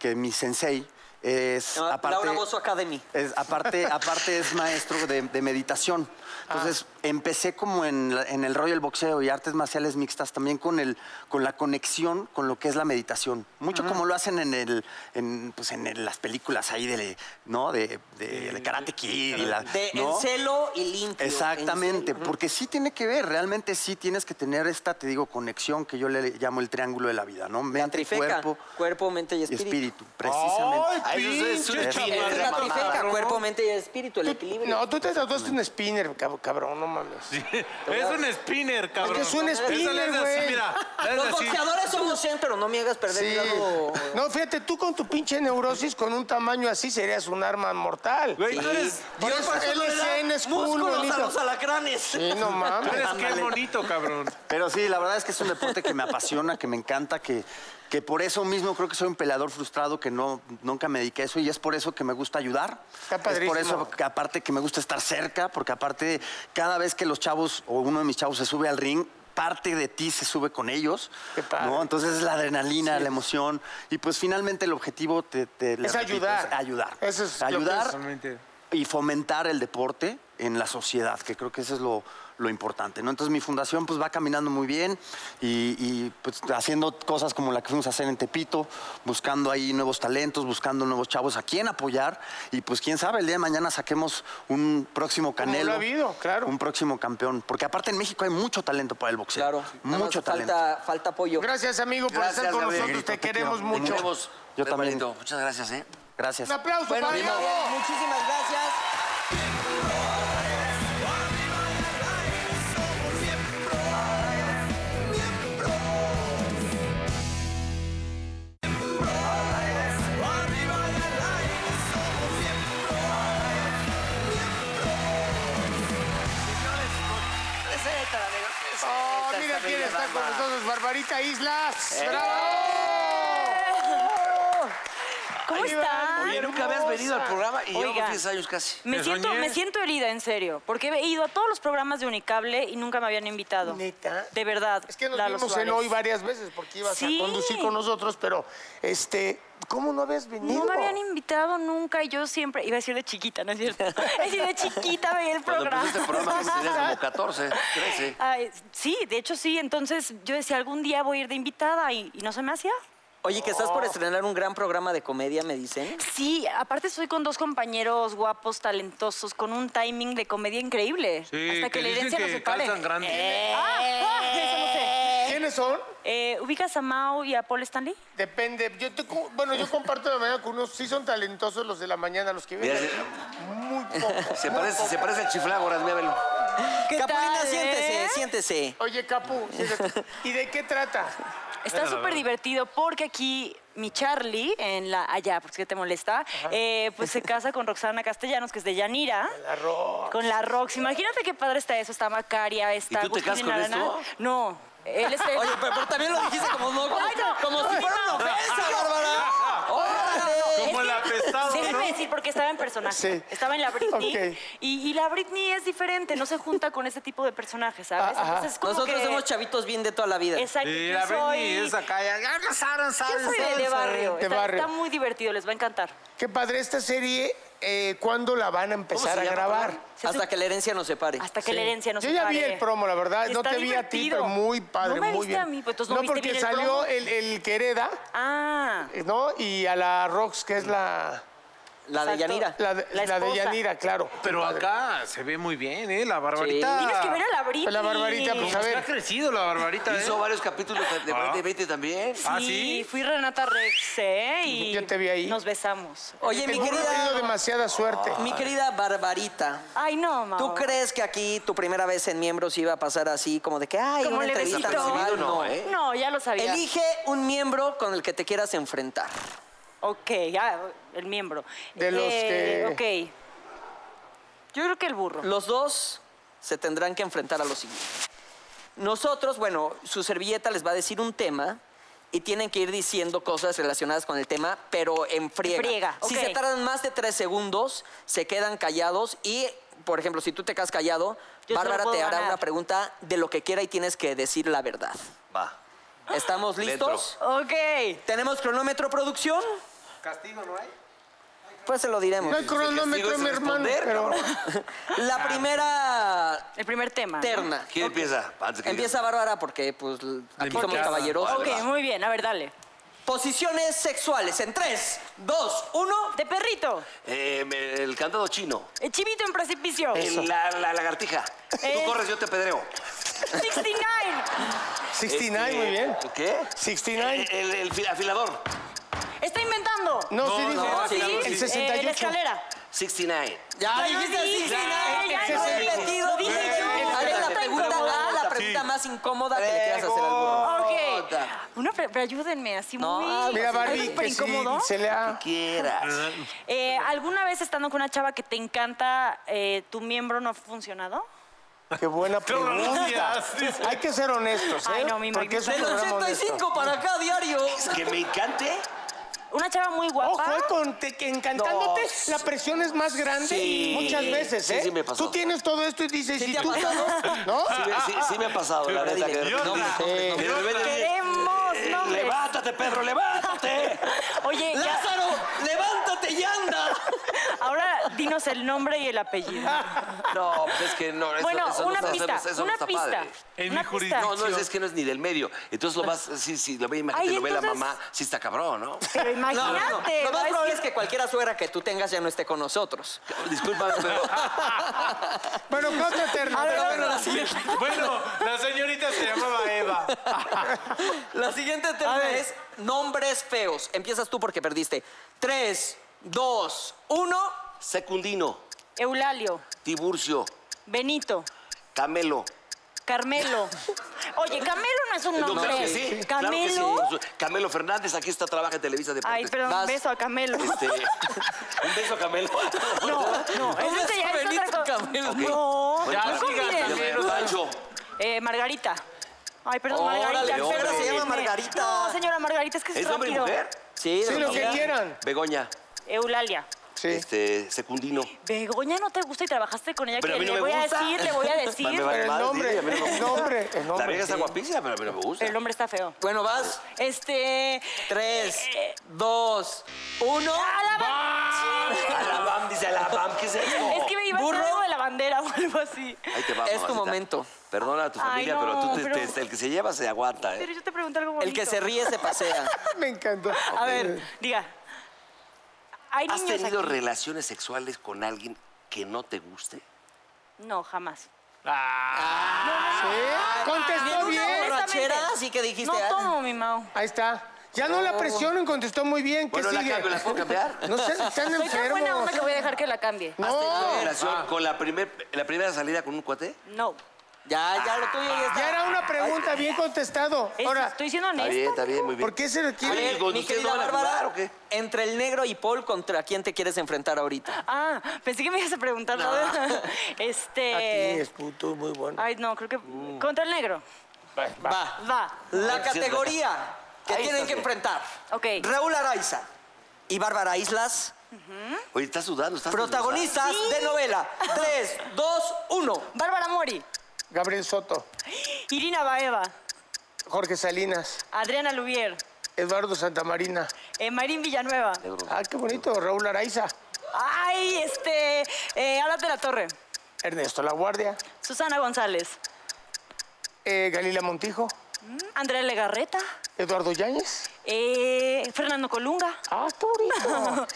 Speaker 5: que mi sensei es...
Speaker 4: No,
Speaker 5: aparte,
Speaker 4: Ah, Laura Bozo Academy.
Speaker 5: Es- aparte, aparte es maestro de, de meditación. Entonces,
Speaker 4: Ah.
Speaker 5: empecé como en, la- en el rollo del boxeo y artes marciales mixtas, también con, el, con la conexión con lo que es la meditación. Mucho como lo hacen en, el, en, pues, en el- las películas ahí de, ¿no? de, de- de Karate Kid. y la-
Speaker 4: De
Speaker 5: ¿no?
Speaker 4: Encelo y Limpio.
Speaker 5: Exactamente,
Speaker 4: Encelo.
Speaker 5: porque sí tiene que ver, realmente sí tienes que tener esta, te digo, conexión que yo le llamo el triángulo de la vida, ¿no?
Speaker 4: La
Speaker 5: Mente,
Speaker 4: trifeca.
Speaker 5: cuerpo
Speaker 4: Cuerpo, mente y
Speaker 5: y
Speaker 4: espíritu.
Speaker 5: espíritu, precisamente.
Speaker 1: ¡Ay,
Speaker 2: Eso es un
Speaker 1: pinche
Speaker 4: Es
Speaker 2: espíritu.
Speaker 1: chaval!
Speaker 4: la trifeca,
Speaker 1: ¿no?
Speaker 4: cuerpo, mente y espíritu, el equilibrio.
Speaker 3: No, tú te tatuaste un spinner, cab- cabrón, no mames.
Speaker 1: Es un spinner, cabrón.
Speaker 3: Es que es un
Speaker 1: Esa le
Speaker 3: spinner,
Speaker 1: hace así,
Speaker 3: güey.
Speaker 1: mira, le hace
Speaker 4: Los
Speaker 1: así.
Speaker 4: boxeadores somos zen, pero no me hagas perder
Speaker 3: Sí.
Speaker 4: mi lado.
Speaker 3: No, fíjate, tú con tu pinche neurosis, con un tamaño así, serías un arma mortal.
Speaker 1: Güey, tú eres,
Speaker 3: Por eso LCN es cool,
Speaker 4: Músculos a
Speaker 3: bonito.
Speaker 4: los alacranes.
Speaker 3: Sí, no
Speaker 1: tú
Speaker 3: mames.
Speaker 1: eres qué bonito, cabrón.
Speaker 5: Pero sí, la verdad es que es un deporte que me apasiona, que me encanta, que, que por eso mismo creo que soy un peleador frustrado, que no, nunca me dediqué a eso y es por eso que me gusta ayudar.
Speaker 3: Está
Speaker 5: es
Speaker 3: padrísimo.
Speaker 5: por eso que aparte que me gusta estar cerca, porque aparte cada vez que los chavos o uno de mis chavos se sube al ring, parte de ti se sube con ellos,
Speaker 3: Qué padre.
Speaker 5: ¿no? Entonces es la adrenalina, la emoción y pues finalmente el objetivo te, te- le
Speaker 3: Es
Speaker 5: repito,
Speaker 3: ayudar.
Speaker 5: es ayudar,
Speaker 3: Eso es lo que
Speaker 5: ayudar
Speaker 3: es.
Speaker 1: Realmente.
Speaker 5: y fomentar el deporte en la sociedad, que creo que eso es lo, lo importante. ¿no? Entonces mi fundación pues, va caminando muy bien y, y, pues, haciendo cosas como la que fuimos a hacer en Tepito, buscando ahí nuevos talentos, buscando nuevos chavos a quién apoyar y pues quién sabe, el día de mañana saquemos un próximo canelo.
Speaker 3: lo ha habido, claro.
Speaker 5: Un próximo campeón, porque aparte en México hay mucho talento para el boxeo.
Speaker 4: Claro, nada más
Speaker 5: Mucho talento.
Speaker 4: Falta, falta apoyo.
Speaker 3: Gracias, amigo, por estar con
Speaker 5: Gabriel.
Speaker 3: nosotros. Te queremos mucho.
Speaker 5: Vemos. Yo también.
Speaker 2: Muchas gracias, ¿eh?
Speaker 5: Gracias.
Speaker 3: Un aplauso
Speaker 4: Bueno,
Speaker 3: para
Speaker 4: mi
Speaker 3: Diego.
Speaker 4: Gabriel, muchísimas gracias.
Speaker 3: Oh, mira quién está con nosotros, Barbarita Islas. ¡Bravo!
Speaker 6: ¿Cómo están?
Speaker 2: Oye, nunca habías venido al programa y llevamos
Speaker 6: Oigan.
Speaker 2: 10 años casi.
Speaker 6: Me
Speaker 1: Te
Speaker 6: siento,
Speaker 1: soñé.
Speaker 6: me siento herida, en serio, porque he ido a todos los programas de Unicable y nunca me habían invitado.
Speaker 3: ¿Neta?
Speaker 6: De verdad.
Speaker 3: Es que nos
Speaker 6: Lalo
Speaker 3: vimos
Speaker 6: Suárez.
Speaker 3: en hoy varias veces porque ibas
Speaker 6: Sí.
Speaker 3: a conducir con nosotros, pero este, ¿cómo no habías venido?
Speaker 6: No me habían invitado nunca y yo siempre, iba a decir de chiquita, ¿no es cierto? Es decir, de chiquita veía el
Speaker 2: Cuando
Speaker 6: programa.
Speaker 2: empezó este programa que tenías como 14, 13.
Speaker 6: Ay, sí, de hecho sí, entonces yo decía, algún día voy a ir de invitada y, y no se me hacía.
Speaker 4: Oye, que estás por estrenar un gran programa de comedia, me dicen.
Speaker 6: Sí, aparte estoy con dos compañeros guapos, talentosos, con un timing de comedia increíble.
Speaker 1: Sí,
Speaker 6: hasta que,
Speaker 1: que
Speaker 6: la
Speaker 1: dicen
Speaker 6: herencia
Speaker 1: que
Speaker 6: nos separe.
Speaker 1: calzan ¿eh? grande.
Speaker 6: Ah, ah, eso no sé.
Speaker 3: ¿Quiénes son?
Speaker 6: Eh, ¿Ubicas a Mao y a Paul Stanley?
Speaker 3: Depende. Yo te co- bueno, yo comparto la mañana con unos. Sí son talentosos los de la mañana, los que
Speaker 2: Mira,
Speaker 3: vienen.
Speaker 2: se,
Speaker 3: Muy poco.
Speaker 2: se parece, se parece al chiflágoras, mira, velo.
Speaker 6: ¿Qué
Speaker 4: Capulina,
Speaker 6: tal,
Speaker 4: siéntese,
Speaker 6: eh?
Speaker 4: siéntese.
Speaker 3: Oye, Capu, siéntate. ¿y de qué trata?
Speaker 6: Está súper divertido porque aquí mi Charlie, en la allá, porque te molesta, eh, pues se casa con Roxana Castellanos, que es de Yanira.
Speaker 3: La rock.
Speaker 6: Con la Rox. Imagínate qué padre está eso. Está Macaria, está
Speaker 2: tú te
Speaker 6: Agustín
Speaker 2: casas con
Speaker 6: Arana.
Speaker 2: esto?
Speaker 6: No. Él es el-
Speaker 4: Oye, pero, pero también lo dijiste como no, como,
Speaker 6: Ay, no.
Speaker 4: como si fuera una ofensa, Bárbara. ¡Órale!
Speaker 1: Como el apestado, ¿no?
Speaker 6: Déjame decir porque estaba en personaje.
Speaker 3: Sí.
Speaker 6: Estaba en la Britney.
Speaker 3: Ok.
Speaker 6: Y, y la Britney es diferente, no se junta con ese tipo de personajes, ¿sabes?
Speaker 3: Ah, ajá.
Speaker 6: Entonces, como
Speaker 4: Nosotros
Speaker 6: que-
Speaker 4: somos chavitos bien de toda la vida.
Speaker 6: Exacto.
Speaker 1: Y
Speaker 6: yo
Speaker 1: la
Speaker 6: soy...
Speaker 1: Britney es acá, ya, ya casaron,
Speaker 6: Yo
Speaker 3: Ah,
Speaker 1: ¿sabes?
Speaker 6: soy de, de barrio.
Speaker 3: De
Speaker 6: está,
Speaker 3: barrio.
Speaker 6: está muy divertido, les va a encantar.
Speaker 3: Qué padre esta serie. eh, ¿Cuándo la van a empezar a grabar?
Speaker 6: Se
Speaker 4: Hasta
Speaker 6: su-
Speaker 4: que la herencia nos separe.
Speaker 6: Hasta que la herencia nos
Speaker 3: Yo ya vi
Speaker 6: separe.
Speaker 3: el promo, la verdad. no
Speaker 6: Está
Speaker 3: te vi a ti,
Speaker 6: divertido.
Speaker 3: pero muy padre,
Speaker 6: No me
Speaker 3: muy
Speaker 6: viste
Speaker 3: bien.
Speaker 6: a mí, pues, entonces no
Speaker 3: no,
Speaker 6: viste
Speaker 3: porque
Speaker 6: bien el
Speaker 3: salió
Speaker 6: promo.
Speaker 3: el, el que hereda,
Speaker 6: Ah,
Speaker 3: eh, ¿no? Y a la Rox, que es la,
Speaker 4: La de
Speaker 6: Exacto.
Speaker 4: Yanira.
Speaker 3: la, de-
Speaker 6: La
Speaker 3: la de
Speaker 6: esposa.
Speaker 3: Yanira, claro.
Speaker 1: Pero acá se ve muy bien, ¿eh? La barbarita.
Speaker 6: tienes que ver a la Britney.
Speaker 3: La Barbarita, pues a
Speaker 1: Se
Speaker 3: ver.
Speaker 1: ha crecido la barbarita, ¿eh?
Speaker 2: Hizo varios capítulos de
Speaker 1: Ah.
Speaker 2: 20 20 también.
Speaker 6: Sí,
Speaker 1: ¿Ah, sí?
Speaker 6: fui Renata Rex, ¿eh? Y
Speaker 3: Yo te vi ahí.
Speaker 6: Nos besamos.
Speaker 4: Oye, mi
Speaker 3: Tengo tenido
Speaker 4: querida,
Speaker 3: demasiada suerte.
Speaker 4: mi querida Barbarita.
Speaker 6: Ay, no, Mau.
Speaker 4: ¿Tú crees que aquí tu primera vez en miembros iía a pasar así, como de que, ay,
Speaker 6: Como
Speaker 4: una
Speaker 6: el
Speaker 4: entrevista
Speaker 6: eventito.
Speaker 4: normal?
Speaker 2: No,
Speaker 4: No.
Speaker 2: ¿eh?
Speaker 6: No, ya lo sabía.
Speaker 4: Elige un miembro con el que te quieras enfrentar.
Speaker 6: Ok, ya, el miembro. Eh,
Speaker 3: De los que-
Speaker 6: Ok. Yo creo que el burro.
Speaker 4: Los dos se tendrán que enfrentar a lo siguiente. Nosotros, bueno, su servilleta les va a decir un tema y tienen que ir diciendo cosas relacionadas con el tema, pero en friega.
Speaker 6: En friega,
Speaker 4: Si
Speaker 6: ok.
Speaker 4: se tardan más de tres segundos, se quedan callados y, por ejemplo, si tú te quedas callado,
Speaker 6: Yo solo
Speaker 4: Bárbara
Speaker 6: puedo
Speaker 4: te hará
Speaker 6: ganar.
Speaker 4: una pregunta de lo que quiera y tienes que decir la verdad.
Speaker 2: Va.
Speaker 4: ¿Estamos listos?
Speaker 6: Ok.
Speaker 4: ¿Tenemos cronómetro producción?
Speaker 1: ¿Castigo no hay?
Speaker 4: Pues se lo diremos.
Speaker 3: No hay cronómetro,
Speaker 2: castigo
Speaker 3: mi
Speaker 2: es
Speaker 3: hermano,
Speaker 2: responder,
Speaker 3: pero
Speaker 4: La
Speaker 6: Ah.
Speaker 4: primera
Speaker 6: El primer tema. ¿no?
Speaker 4: terna.
Speaker 2: ¿Quién empieza? Antes que
Speaker 4: Empieza Bárbara porque pues l- aquí
Speaker 1: Porque-
Speaker 4: somos caballeros.
Speaker 6: Ok, muy bien. A ver, dale.
Speaker 4: Posiciones sexuales en 3, 2, 1.
Speaker 6: De perrito.
Speaker 2: Eh, me- el candado chino.
Speaker 6: El chivito en precipicio.
Speaker 2: El- la, la lagartija.
Speaker 6: Eh.
Speaker 2: Tú corres, yo te pedreo. Este,
Speaker 6: 69. Ah,
Speaker 3: 69, muy bien.
Speaker 2: ¿Qué?
Speaker 3: 69.
Speaker 6: eh,
Speaker 2: El, el- el fi- afilador.
Speaker 6: Está inventando.
Speaker 3: No, sí dijo.
Speaker 6: No,
Speaker 4: no, sí,
Speaker 6: sí.
Speaker 4: sí.
Speaker 3: El
Speaker 6: Eh, la
Speaker 3: 68.
Speaker 6: escalera.
Speaker 2: 69.
Speaker 4: Ya
Speaker 6: Ya lo
Speaker 4: dijiste el
Speaker 6: dije,
Speaker 4: 69.
Speaker 6: ya
Speaker 4: Se
Speaker 6: lo dije.
Speaker 4: repetido.
Speaker 6: Lo dije yo.
Speaker 3: El
Speaker 4: más incómoda que le quieras hacer al burro.
Speaker 6: Ok. Una, pre- pero ayúdenme, así
Speaker 4: No,
Speaker 6: muy...
Speaker 3: ah, Mira,
Speaker 6: algo
Speaker 3: Barbie,
Speaker 6: súper
Speaker 3: que si
Speaker 6: incómodo.
Speaker 3: se le ha...
Speaker 2: Quieras.
Speaker 6: Eh, ¿Alguna vez estando con una chava que te encanta, eh, tu miembro no ha funcionado?
Speaker 3: Qué buena
Speaker 1: Todos los
Speaker 3: pregunta.
Speaker 1: días, dice.
Speaker 3: Hay que ser honestos, ¿eh?
Speaker 6: Ay, no, mi
Speaker 3: Porque
Speaker 6: Mike.
Speaker 3: es un
Speaker 4: Del
Speaker 3: programa honesto.
Speaker 4: 85 para acá diario.
Speaker 2: Que me encante.
Speaker 6: Una chava muy
Speaker 3: Ojo,
Speaker 2: Ah.
Speaker 6: guapa.
Speaker 3: eh, con te- que encantándote,
Speaker 4: No.
Speaker 3: la presión es más grande
Speaker 2: Sí.
Speaker 3: muchas veces,
Speaker 2: Sí,
Speaker 3: ¿eh?
Speaker 2: sí me pasó.
Speaker 3: Tú tienes todo esto y dices,
Speaker 4: Sí
Speaker 3: ¿y
Speaker 4: te ha
Speaker 3: tú?
Speaker 4: pasado.
Speaker 3: ¿No?
Speaker 2: Sí, me- sí- sí me ha pasado, la neta. Que de
Speaker 1: Yo
Speaker 2: repente-
Speaker 1: la-
Speaker 2: que de repente-
Speaker 6: Queremos nombres.
Speaker 2: ¡Levántate, perro, levántate!
Speaker 6: Oye, ya,
Speaker 4: Lázaro, levántate y anda.
Speaker 6: ahora dinos el nombre y el apellido.
Speaker 2: No, pues es que no. eso-
Speaker 6: bueno,
Speaker 2: eso no
Speaker 6: una
Speaker 2: está- eso no
Speaker 6: pista,
Speaker 2: está- eso no
Speaker 6: una
Speaker 2: está
Speaker 6: pista.
Speaker 2: padre.
Speaker 1: En
Speaker 6: una
Speaker 1: mi jurisdicción.
Speaker 2: No, no, es, es que no es ni del medio. Entonces lo vas, sí, sí, lo ve, imagínate,
Speaker 6: Ay,
Speaker 2: lo ve la
Speaker 6: entonces-
Speaker 2: mamá, sí está cabrón, ¿no?
Speaker 6: Pero
Speaker 4: No, no,
Speaker 6: imagínate.
Speaker 4: no. Lo
Speaker 6: va a
Speaker 4: más probable es
Speaker 6: decir-
Speaker 4: que cualquiera suegra que tú tengas ya no esté con nosotros.
Speaker 2: Discúlpame, pero
Speaker 3: Bueno, ¿qué otra terna?
Speaker 4: A ver,
Speaker 3: Pero,
Speaker 4: bueno,
Speaker 3: pero,
Speaker 4: la siguiente,
Speaker 1: ¿eh? Bueno, la señorita se llamaba Eva.
Speaker 4: la siguiente tema es nombres feos. Empiezas tú porque perdiste. Tres, dos, uno.
Speaker 2: Secundino,
Speaker 6: Eulalio,
Speaker 2: Tiburcio,
Speaker 6: Benito,
Speaker 2: Camelo.
Speaker 6: Carmelo. Oye, Camelo no es un
Speaker 2: No,
Speaker 6: nombre.
Speaker 2: claro que sí, claro que sí.
Speaker 6: Camelo.
Speaker 2: Camelo Fernández, aquí está, trabaja en Televisa Deportes.
Speaker 6: Ay, perdón,
Speaker 4: Vas.
Speaker 6: beso a Camelo.
Speaker 2: Este, un beso a Camelo.
Speaker 6: No, no,
Speaker 4: Ella
Speaker 6: eso
Speaker 4: es
Speaker 6: ya es
Speaker 4: Benito
Speaker 6: otra cosa.
Speaker 4: Camelo.
Speaker 6: No,
Speaker 2: Bueno,
Speaker 6: no
Speaker 2: para-
Speaker 6: combinen.
Speaker 2: Camelo, Pancho.
Speaker 6: Eh, Margarita. Ay, perdón,
Speaker 4: Órale,
Speaker 6: Margarita.
Speaker 4: hombre.
Speaker 6: perdónenme.
Speaker 4: Se llama Margarita.
Speaker 6: No, señora Margarita, es que es,
Speaker 2: ¿Es hombre y
Speaker 6: rápido.
Speaker 2: mujer?
Speaker 4: Sí,
Speaker 3: sí, lo que quieran.
Speaker 2: Begoña,
Speaker 6: Eulalia.
Speaker 3: Sí.
Speaker 2: este, Secundino.
Speaker 6: Begoña no te gusta y trabajaste con ella.
Speaker 2: Pero a
Speaker 6: que
Speaker 2: mí no
Speaker 6: le
Speaker 2: me
Speaker 6: voy a
Speaker 2: gusta.
Speaker 6: decir, le voy a decir.
Speaker 2: Me vale
Speaker 3: Pero el
Speaker 2: madre, sí,
Speaker 3: nombre,
Speaker 2: a mí no me
Speaker 3: el nombre, el
Speaker 2: La vieja
Speaker 3: nombre.
Speaker 2: está guapísima, pero a mí no me gusta.
Speaker 6: Pero el hombre está feo.
Speaker 4: Bueno, vas.
Speaker 6: Este. eh,
Speaker 4: Tres, dos, uno.
Speaker 6: ¡A la ba-
Speaker 2: A la BAM, dice a la BAM, ¿qué es esto?
Speaker 6: Es que me iba a
Speaker 4: burro.
Speaker 6: hacer algo de la bandera o algo así.
Speaker 2: Ahí te va,
Speaker 4: Es tu
Speaker 2: mamacita.
Speaker 4: momento.
Speaker 2: Perdona a tu
Speaker 6: Ay,
Speaker 2: familia,
Speaker 6: no,
Speaker 2: pero tú, te-
Speaker 6: pero-
Speaker 2: te- el que se lleva se aguanta,
Speaker 6: Pero
Speaker 2: ¿eh?
Speaker 6: yo te pregunto algo bonito.
Speaker 4: El que se ríe se pasea.
Speaker 3: Me encantó. ¿Eh?
Speaker 6: A ver, diga. ¿Hay
Speaker 2: ¿Has
Speaker 6: niños
Speaker 2: tenido
Speaker 6: aquí?
Speaker 2: relaciones sexuales con alguien que no te guste?
Speaker 6: No, jamás.
Speaker 3: ¿Sí?
Speaker 4: Viene
Speaker 3: Contestó
Speaker 4: una
Speaker 3: bien.
Speaker 4: borra-
Speaker 6: Honestamente.
Speaker 4: borrachera, así que dijiste,
Speaker 6: No
Speaker 4: ah.
Speaker 6: tomo, mi Mau.
Speaker 3: Ahí está. Ya no la presionan, contestó muy bien. ¿Qué
Speaker 2: Oh. Bueno, la
Speaker 3: sigue?
Speaker 2: cambio, ¿la puedo cambiar?
Speaker 3: No sé, están
Speaker 6: Soy tan buena
Speaker 3: enfermos.
Speaker 6: onda que voy a dejar que la cambie.
Speaker 2: ¿Has tenido
Speaker 3: No,
Speaker 2: relación con la, primer, la primera salida con un cuate?
Speaker 6: No.
Speaker 4: Ya, ya lo tuyo ya está.
Speaker 3: ya era una pregunta bien contestado.
Speaker 6: Es-
Speaker 3: Ahora,
Speaker 6: estoy siendo
Speaker 2: Está bien,
Speaker 6: honesta.
Speaker 2: está bien, muy bien.
Speaker 3: ¿por qué se
Speaker 4: A
Speaker 3: requiere?
Speaker 4: ver,
Speaker 2: Amigos,
Speaker 4: mi
Speaker 2: ¿ustedes
Speaker 4: querida
Speaker 2: no van a jugar
Speaker 4: Bárbara,
Speaker 2: o qué?
Speaker 4: entre el negro y Paul, ¿contra quién te quieres enfrentar ahorita?
Speaker 6: Ah, pensé que me ibas a preguntar. la verdad. Este.
Speaker 3: Aquí es puto, muy bueno.
Speaker 6: Ay, no, creo que. Contra el negro.
Speaker 4: Va.
Speaker 6: Va.
Speaker 2: Ay,
Speaker 4: La
Speaker 2: sí, es
Speaker 4: categoría que
Speaker 2: Ahí
Speaker 4: tienen
Speaker 2: está
Speaker 4: que
Speaker 2: bien.
Speaker 4: enfrentar.
Speaker 6: Ok.
Speaker 4: Raúl Araiza y Bárbara Islas,
Speaker 2: Oye, estás sudando, estás
Speaker 4: protagonistas de novela. Tres, dos, uno.
Speaker 6: Bárbara Mori.
Speaker 3: Gabriel Soto,
Speaker 6: Irina Baeva.
Speaker 3: Jorge Salinas,
Speaker 6: Adriana Lubier.
Speaker 3: Eduardo Santamarina.
Speaker 6: eh, Mayrín Villanueva.
Speaker 3: Ah, qué bonito, Raúl Araiza,
Speaker 6: Ay, este. Eh, Alas de la Torre.
Speaker 3: Ernesto La Guardia,
Speaker 6: Susana González.
Speaker 3: eh, Galila Montijo,
Speaker 6: Andrea Legarreta.
Speaker 3: Eduardo Yáñez.
Speaker 6: eh, Fernando Colunga.
Speaker 3: Ah, qué bonito.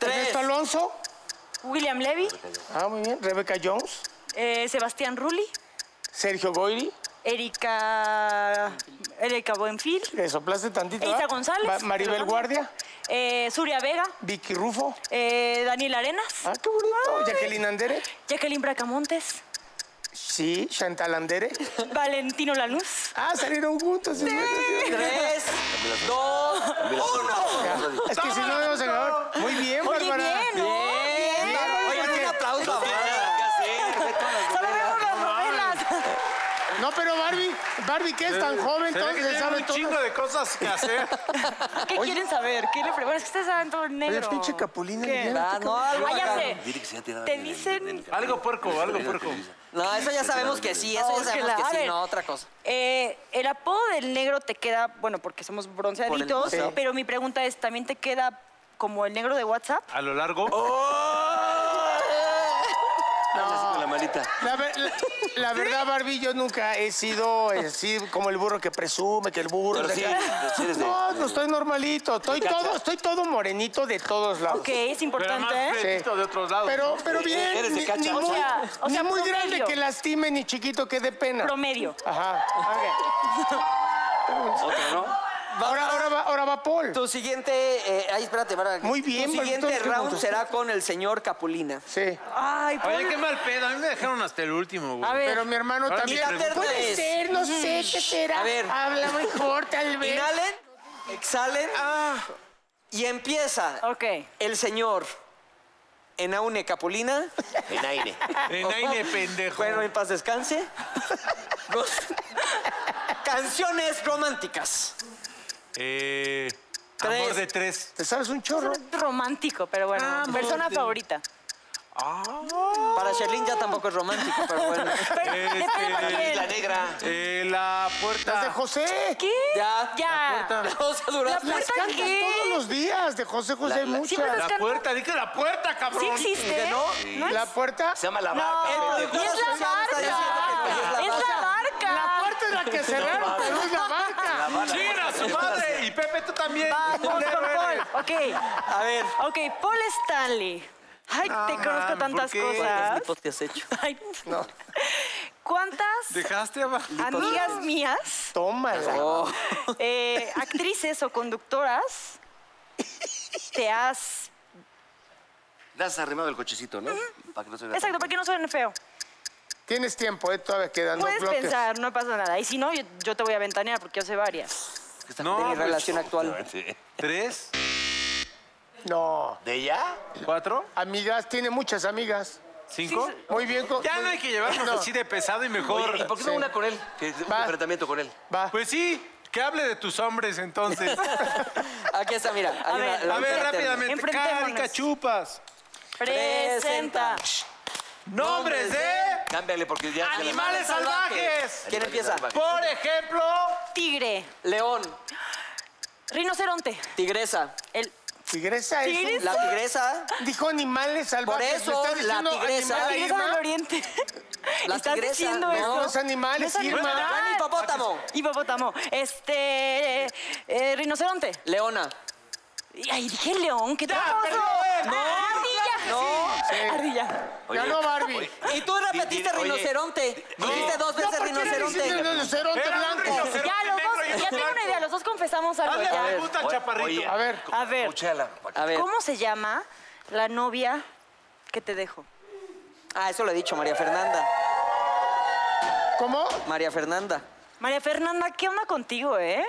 Speaker 4: Tres,
Speaker 3: Ernesto Alonso.
Speaker 6: William Levy.
Speaker 3: Ah, muy bien. Rebeca Jones,
Speaker 6: eh, Sebastián Rulli.
Speaker 3: Sergio Goyri.
Speaker 6: Erika. Erika Buenfil.
Speaker 3: Le soplaste tantito. ¿ah?
Speaker 6: Eita González.
Speaker 3: Ma- Maribel Guardia,
Speaker 6: eh, Zuria Vega.
Speaker 3: Vicky Rufo.
Speaker 6: eh, Daniel Arenas.
Speaker 3: Ah, qué bonito. Jacqueline Andere.
Speaker 6: Jacqueline Bracamontes.
Speaker 3: Sí, Chantal Andere.
Speaker 6: Valentino Lanús.
Speaker 3: Ah, salieron juntos. es bueno, sí.
Speaker 4: tres, dos, uno.
Speaker 3: Es que si no íbamos a ganar. Muy bien,
Speaker 6: Oye,
Speaker 3: Bárbara.
Speaker 6: bien, ¿no? Bien.
Speaker 3: Bien,
Speaker 4: Oye,
Speaker 3: porque-
Speaker 4: un aplauso Ah, a Bárbara.
Speaker 6: Solo vemos las novelas.
Speaker 3: No, pero Barbie, Barbie que es tan joven,
Speaker 1: Se ve
Speaker 3: entonces
Speaker 1: que
Speaker 3: se
Speaker 1: tiene
Speaker 3: sabe
Speaker 1: un
Speaker 3: todo.
Speaker 1: chingo de cosas que hacer.
Speaker 6: ¿Qué quieren saber? ¿Qué le pre- Bueno, es que ustedes saben todo el negro.
Speaker 3: Oye, pinche Capulina,
Speaker 6: ¿Qué?
Speaker 3: ya.
Speaker 4: Ah, no, algo
Speaker 6: Ah, ya
Speaker 4: acá.
Speaker 6: sé.
Speaker 2: Dile que se ha tirado
Speaker 6: Te
Speaker 2: en el-
Speaker 6: dicen-
Speaker 2: en el-
Speaker 1: Algo puerco, algo puerco.
Speaker 4: No, eso ya sabemos que sí, eso
Speaker 6: Oh,
Speaker 4: ya
Speaker 6: que la-
Speaker 4: sabemos que
Speaker 6: a
Speaker 4: sí,
Speaker 6: ver.
Speaker 4: no, otra cosa.
Speaker 6: Eh, el apodo del negro te queda, bueno, porque somos bronceaditos,
Speaker 4: Por el-
Speaker 6: pero mi pregunta es, ¿también te queda como el negro de WhatsApp?
Speaker 1: A lo largo.
Speaker 2: Hazle así con la manita.
Speaker 3: La, ver- la- la verdad, Barbie, yo nunca he sido eh, así como el burro que presume que el burro.
Speaker 2: Pero
Speaker 3: de
Speaker 2: sí,
Speaker 3: acá.
Speaker 2: sí eres de-
Speaker 3: no, no estoy normalito, estoy todo, estoy todo morenito de todos lados.
Speaker 6: Ok, es
Speaker 1: Pero
Speaker 6: importante,
Speaker 1: más
Speaker 6: ¿eh?
Speaker 1: fresquito de otros lados.
Speaker 3: Pero, pero bien,
Speaker 2: Eres de
Speaker 3: ni,
Speaker 2: cacha.
Speaker 3: ni
Speaker 2: O
Speaker 3: muy,
Speaker 6: sea, o
Speaker 3: ni
Speaker 6: sea,
Speaker 3: muy
Speaker 6: promedio.
Speaker 3: grande que lastime, ni chiquito que dé pena.
Speaker 6: Promedio.
Speaker 3: Ajá.
Speaker 2: Otra, ¿no?
Speaker 3: Ahora, ahora, va, ahora va Paul.
Speaker 4: Tu siguiente. eh, ay, espérate, para.
Speaker 3: Muy bien,
Speaker 4: Tu
Speaker 3: Paul,
Speaker 4: siguiente
Speaker 3: entonces, ¿qué
Speaker 4: round
Speaker 3: puntos?
Speaker 4: será con el señor Capulina.
Speaker 3: Sí.
Speaker 6: Ay,
Speaker 1: Oye,
Speaker 6: Paul.
Speaker 1: qué mal pedo. A mí me dejaron hasta el último, güey.
Speaker 6: A ver.
Speaker 3: Pero mi hermano
Speaker 1: Ahora
Speaker 3: también.
Speaker 1: mi pregunta
Speaker 3: Puede
Speaker 4: es-
Speaker 3: ser, no sé qué será.
Speaker 4: A ver.
Speaker 3: Habla mejor, tal vez.
Speaker 4: Inhalen,
Speaker 3: pues.
Speaker 4: exhalen.
Speaker 3: Ah.
Speaker 4: Y empieza
Speaker 6: Ok.
Speaker 4: el señor Enaune Capulina.
Speaker 2: En aire.
Speaker 1: Enaine, pendejo.
Speaker 4: Bueno, en paz descanse. Los- Canciones románticas.
Speaker 1: Eh,
Speaker 4: Tres.
Speaker 1: Amor de tres.
Speaker 3: ¿Te sabes un chorro?
Speaker 6: Romántico, pero bueno.
Speaker 1: Vamos,
Speaker 6: persona
Speaker 1: de-
Speaker 6: favorita.
Speaker 4: Para Sherlyn ya tampoco es romántico, pero bueno.
Speaker 6: Pero, depende para
Speaker 1: Este-
Speaker 6: quién.
Speaker 2: La negra.
Speaker 1: Eh, la
Speaker 3: Las de
Speaker 1: puerta.
Speaker 3: José.
Speaker 6: ¿Qué?
Speaker 4: Ya.
Speaker 6: Ya.
Speaker 4: Vamos a durar.
Speaker 6: La
Speaker 3: Las
Speaker 6: puerta
Speaker 3: cantas
Speaker 6: qué?
Speaker 3: todos los días. De José José hay
Speaker 6: siempre
Speaker 3: muchas.
Speaker 6: las
Speaker 1: La
Speaker 6: canta.
Speaker 1: puerta, dije la puerta, cabrón.
Speaker 6: Sí existe.
Speaker 4: no?
Speaker 6: es-
Speaker 3: La puerta.
Speaker 2: Se llama la
Speaker 6: No,
Speaker 4: Ah,
Speaker 2: vaca.
Speaker 6: y
Speaker 2: pendejo.
Speaker 6: es la barca. Es la barca.
Speaker 3: La puerta es la que cerraron, pero es la barca.
Speaker 1: China, su madre. Y Pepe, tú también.
Speaker 6: Vamos
Speaker 1: Culero
Speaker 6: con Paul.
Speaker 1: eres.
Speaker 6: Ok.
Speaker 4: A ver.
Speaker 6: Ok, Paul Stanley. Ay,
Speaker 1: No,
Speaker 6: te
Speaker 1: man,
Speaker 6: conozco
Speaker 1: ¿por
Speaker 6: tantas
Speaker 1: qué?
Speaker 6: cosas.
Speaker 4: ¿Cuántos te has hecho?
Speaker 6: Ay, ¿Cuántas
Speaker 1: Dejaste abajo.
Speaker 6: amigas mías,
Speaker 3: Tómala.
Speaker 4: Oh.
Speaker 6: eh, actrices o conductoras, te has.
Speaker 2: Le has arrimado el cochecito, ¿no? Para que no se vea.
Speaker 6: Exacto, para que no suene feo.
Speaker 3: Tienes tiempo, ¿eh? Todavía quedan dos
Speaker 6: Puedes
Speaker 3: bloques.
Speaker 6: pensar, no pasa nada. Y si no, yo, yo te voy a ventanear porque yo sé varias.
Speaker 1: No,
Speaker 4: de mi
Speaker 1: pues,
Speaker 4: relación actual.
Speaker 1: Tres,
Speaker 3: No.
Speaker 2: ¿De ella?
Speaker 1: cuatro,
Speaker 3: Amigas, tiene muchas amigas.
Speaker 1: cinco.
Speaker 3: Muy bien. co-
Speaker 1: Ya no hay que llevarnos así de pesado y mejor.
Speaker 2: Oye, ¿Y por qué no
Speaker 3: Sí.
Speaker 2: una con él? Que un
Speaker 3: Va.
Speaker 2: enfrentamiento con él.
Speaker 3: Va.
Speaker 1: Pues sí, que hable de tus hombres entonces.
Speaker 4: Aquí está, mira. hay
Speaker 6: A
Speaker 4: una-
Speaker 6: ver,
Speaker 4: la
Speaker 1: A ver,
Speaker 4: última
Speaker 1: rápidamente.
Speaker 6: Enfrentémonos.
Speaker 1: Carica chupas.
Speaker 6: Presenta.
Speaker 1: Nombres de
Speaker 2: Cámbiale porque ya.
Speaker 1: animales salvajes.
Speaker 4: ¿Quién empieza?
Speaker 1: Por ejemplo,
Speaker 6: Tigre.
Speaker 4: León,
Speaker 6: Rinoceronte.
Speaker 4: tigresa.
Speaker 6: El.
Speaker 3: Tigresa es un-
Speaker 6: Tigres.
Speaker 4: La tigresa,
Speaker 3: Dijo animales salvajes.
Speaker 4: eso,
Speaker 3: ¿Me estás
Speaker 4: la
Speaker 3: diciendo
Speaker 4: tigresa-
Speaker 3: animal,
Speaker 4: la
Speaker 6: Tigresa
Speaker 3: Irma?
Speaker 6: del Oriente.
Speaker 4: La
Speaker 6: ¿Estás
Speaker 4: tigresa,
Speaker 6: diciendo
Speaker 4: no,
Speaker 6: eso?
Speaker 3: No, es animales,
Speaker 6: No es
Speaker 3: Irma.
Speaker 6: animal.
Speaker 4: Buen hipopótamo.
Speaker 6: Hipopótamo. Este. eh, eh, rinoceronte.
Speaker 4: leona.
Speaker 6: Y- Ay, dije león, ¿qué tal?
Speaker 1: perdón.
Speaker 6: No, ardilla.
Speaker 3: Sí.
Speaker 6: Ardilla.
Speaker 3: Ganó Barbie.
Speaker 4: Y tú repetiste
Speaker 2: Oye,
Speaker 4: rinoceronte. Dijiste dos veces
Speaker 3: Tiene
Speaker 4: rinoceronte.
Speaker 3: rinoceronte
Speaker 1: Era un
Speaker 3: blanco.
Speaker 1: rinoceronte
Speaker 6: Ya, los
Speaker 1: negro y
Speaker 6: dos,
Speaker 1: un
Speaker 6: ya tengo una
Speaker 1: blanco.
Speaker 6: idea, los dos confesamos algo
Speaker 1: Hazle
Speaker 6: ya.
Speaker 1: pregunta al
Speaker 2: Oye,
Speaker 1: chaparrito.
Speaker 2: oye.
Speaker 3: A ver.
Speaker 6: A ver,
Speaker 2: Escúchala.
Speaker 4: A ver.
Speaker 6: ¿cómo se llama la novia que te dejo?
Speaker 4: Ah, eso lo he dicho, María Fernanda.
Speaker 3: ¿Cómo?
Speaker 4: María Fernanda.
Speaker 6: María Fernanda, ¿qué onda contigo, eh?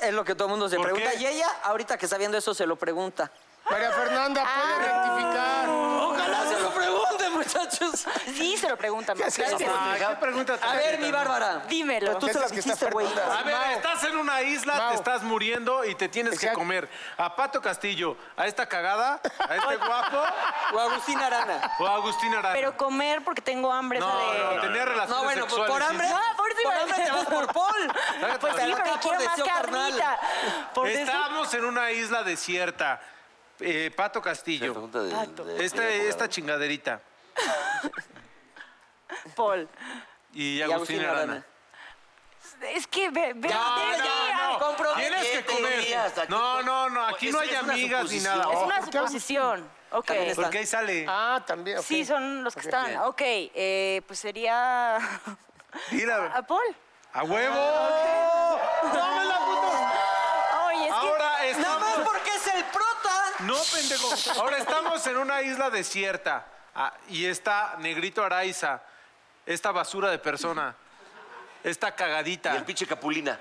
Speaker 4: Es lo que todo el mundo se
Speaker 1: ¿Por
Speaker 4: pregunta.
Speaker 1: qué?
Speaker 4: Y ella, ahorita que está viendo eso, se lo pregunta.
Speaker 3: María Fernanda puede rectificar.
Speaker 4: Ojalá se lo pregunte, muchachos.
Speaker 6: Sí, se lo preguntan. Gracias.
Speaker 1: Ay, qué pregunta tan
Speaker 4: A ver, mi
Speaker 1: bonita, ¿no?
Speaker 4: Bárbara.
Speaker 6: Dímelo.
Speaker 4: Pero tú se lo
Speaker 3: Mientras que está
Speaker 4: dijiste, güey.
Speaker 3: Fernanda.
Speaker 1: A ver,
Speaker 3: Mau.
Speaker 1: estás en una isla,
Speaker 3: Mau.
Speaker 1: te estás muriendo y te tienes que
Speaker 3: Exacto.
Speaker 1: comer a Pato Castillo, a esta cagada, a este guapo
Speaker 4: O Agustín Arana.
Speaker 1: o a Agustín Arana.
Speaker 6: Pero comer porque tengo hambre.
Speaker 1: no,
Speaker 6: esa de...
Speaker 1: no, tenía relaciones
Speaker 4: No, bueno, pues, por,
Speaker 1: sexuales.
Speaker 4: por
Speaker 1: sí.
Speaker 4: hambre.
Speaker 6: No, por eso iba a
Speaker 4: hambre te
Speaker 6: decir.
Speaker 4: vas por Paul.
Speaker 6: Pues sí,
Speaker 4: Pero
Speaker 6: pero
Speaker 4: acá por
Speaker 6: quiero más
Speaker 4: deseo carnal.
Speaker 6: carnita. Por deseo
Speaker 1: Estábamos en una isla desierta. Eh, Pato Castillo.
Speaker 2: Pregunta de- de-
Speaker 1: Esta,
Speaker 2: de-
Speaker 1: Este, esta chingaderita.
Speaker 6: Paul.
Speaker 1: Y
Speaker 4: Y
Speaker 1: Agustín, Arana.
Speaker 6: Es que ve, ve, ve- sí,
Speaker 4: no.
Speaker 6: ay,
Speaker 4: Compro-
Speaker 1: Tienes que
Speaker 2: ¿Qué teoría? ¿Hasta
Speaker 1: comer.
Speaker 2: aquí
Speaker 1: No,
Speaker 2: tú-
Speaker 1: no, no. Aquí
Speaker 2: Eso
Speaker 1: no
Speaker 2: ya
Speaker 1: hay
Speaker 2: es una
Speaker 1: amigas ni
Speaker 2: suposición.
Speaker 1: nada.
Speaker 6: Es
Speaker 1: Oh,
Speaker 6: una suposición. Ok.
Speaker 4: También está.
Speaker 1: porque ahí sale.
Speaker 3: Ah, también. ok.
Speaker 6: Sí, son los que están. Ok, eh, pues sería.
Speaker 1: Mira,
Speaker 6: ¿A Paul?
Speaker 1: a huevo. No me la puta.
Speaker 6: Oye, es
Speaker 1: Ahora
Speaker 4: Nada
Speaker 1: estamos.
Speaker 4: más porque es el prota.
Speaker 1: No, pendejo. Ahora estamos en una isla desierta ah, y está Negrito Araiza, esta basura de persona, esta
Speaker 2: Y el
Speaker 1: cagadita.
Speaker 2: pinche Capulina.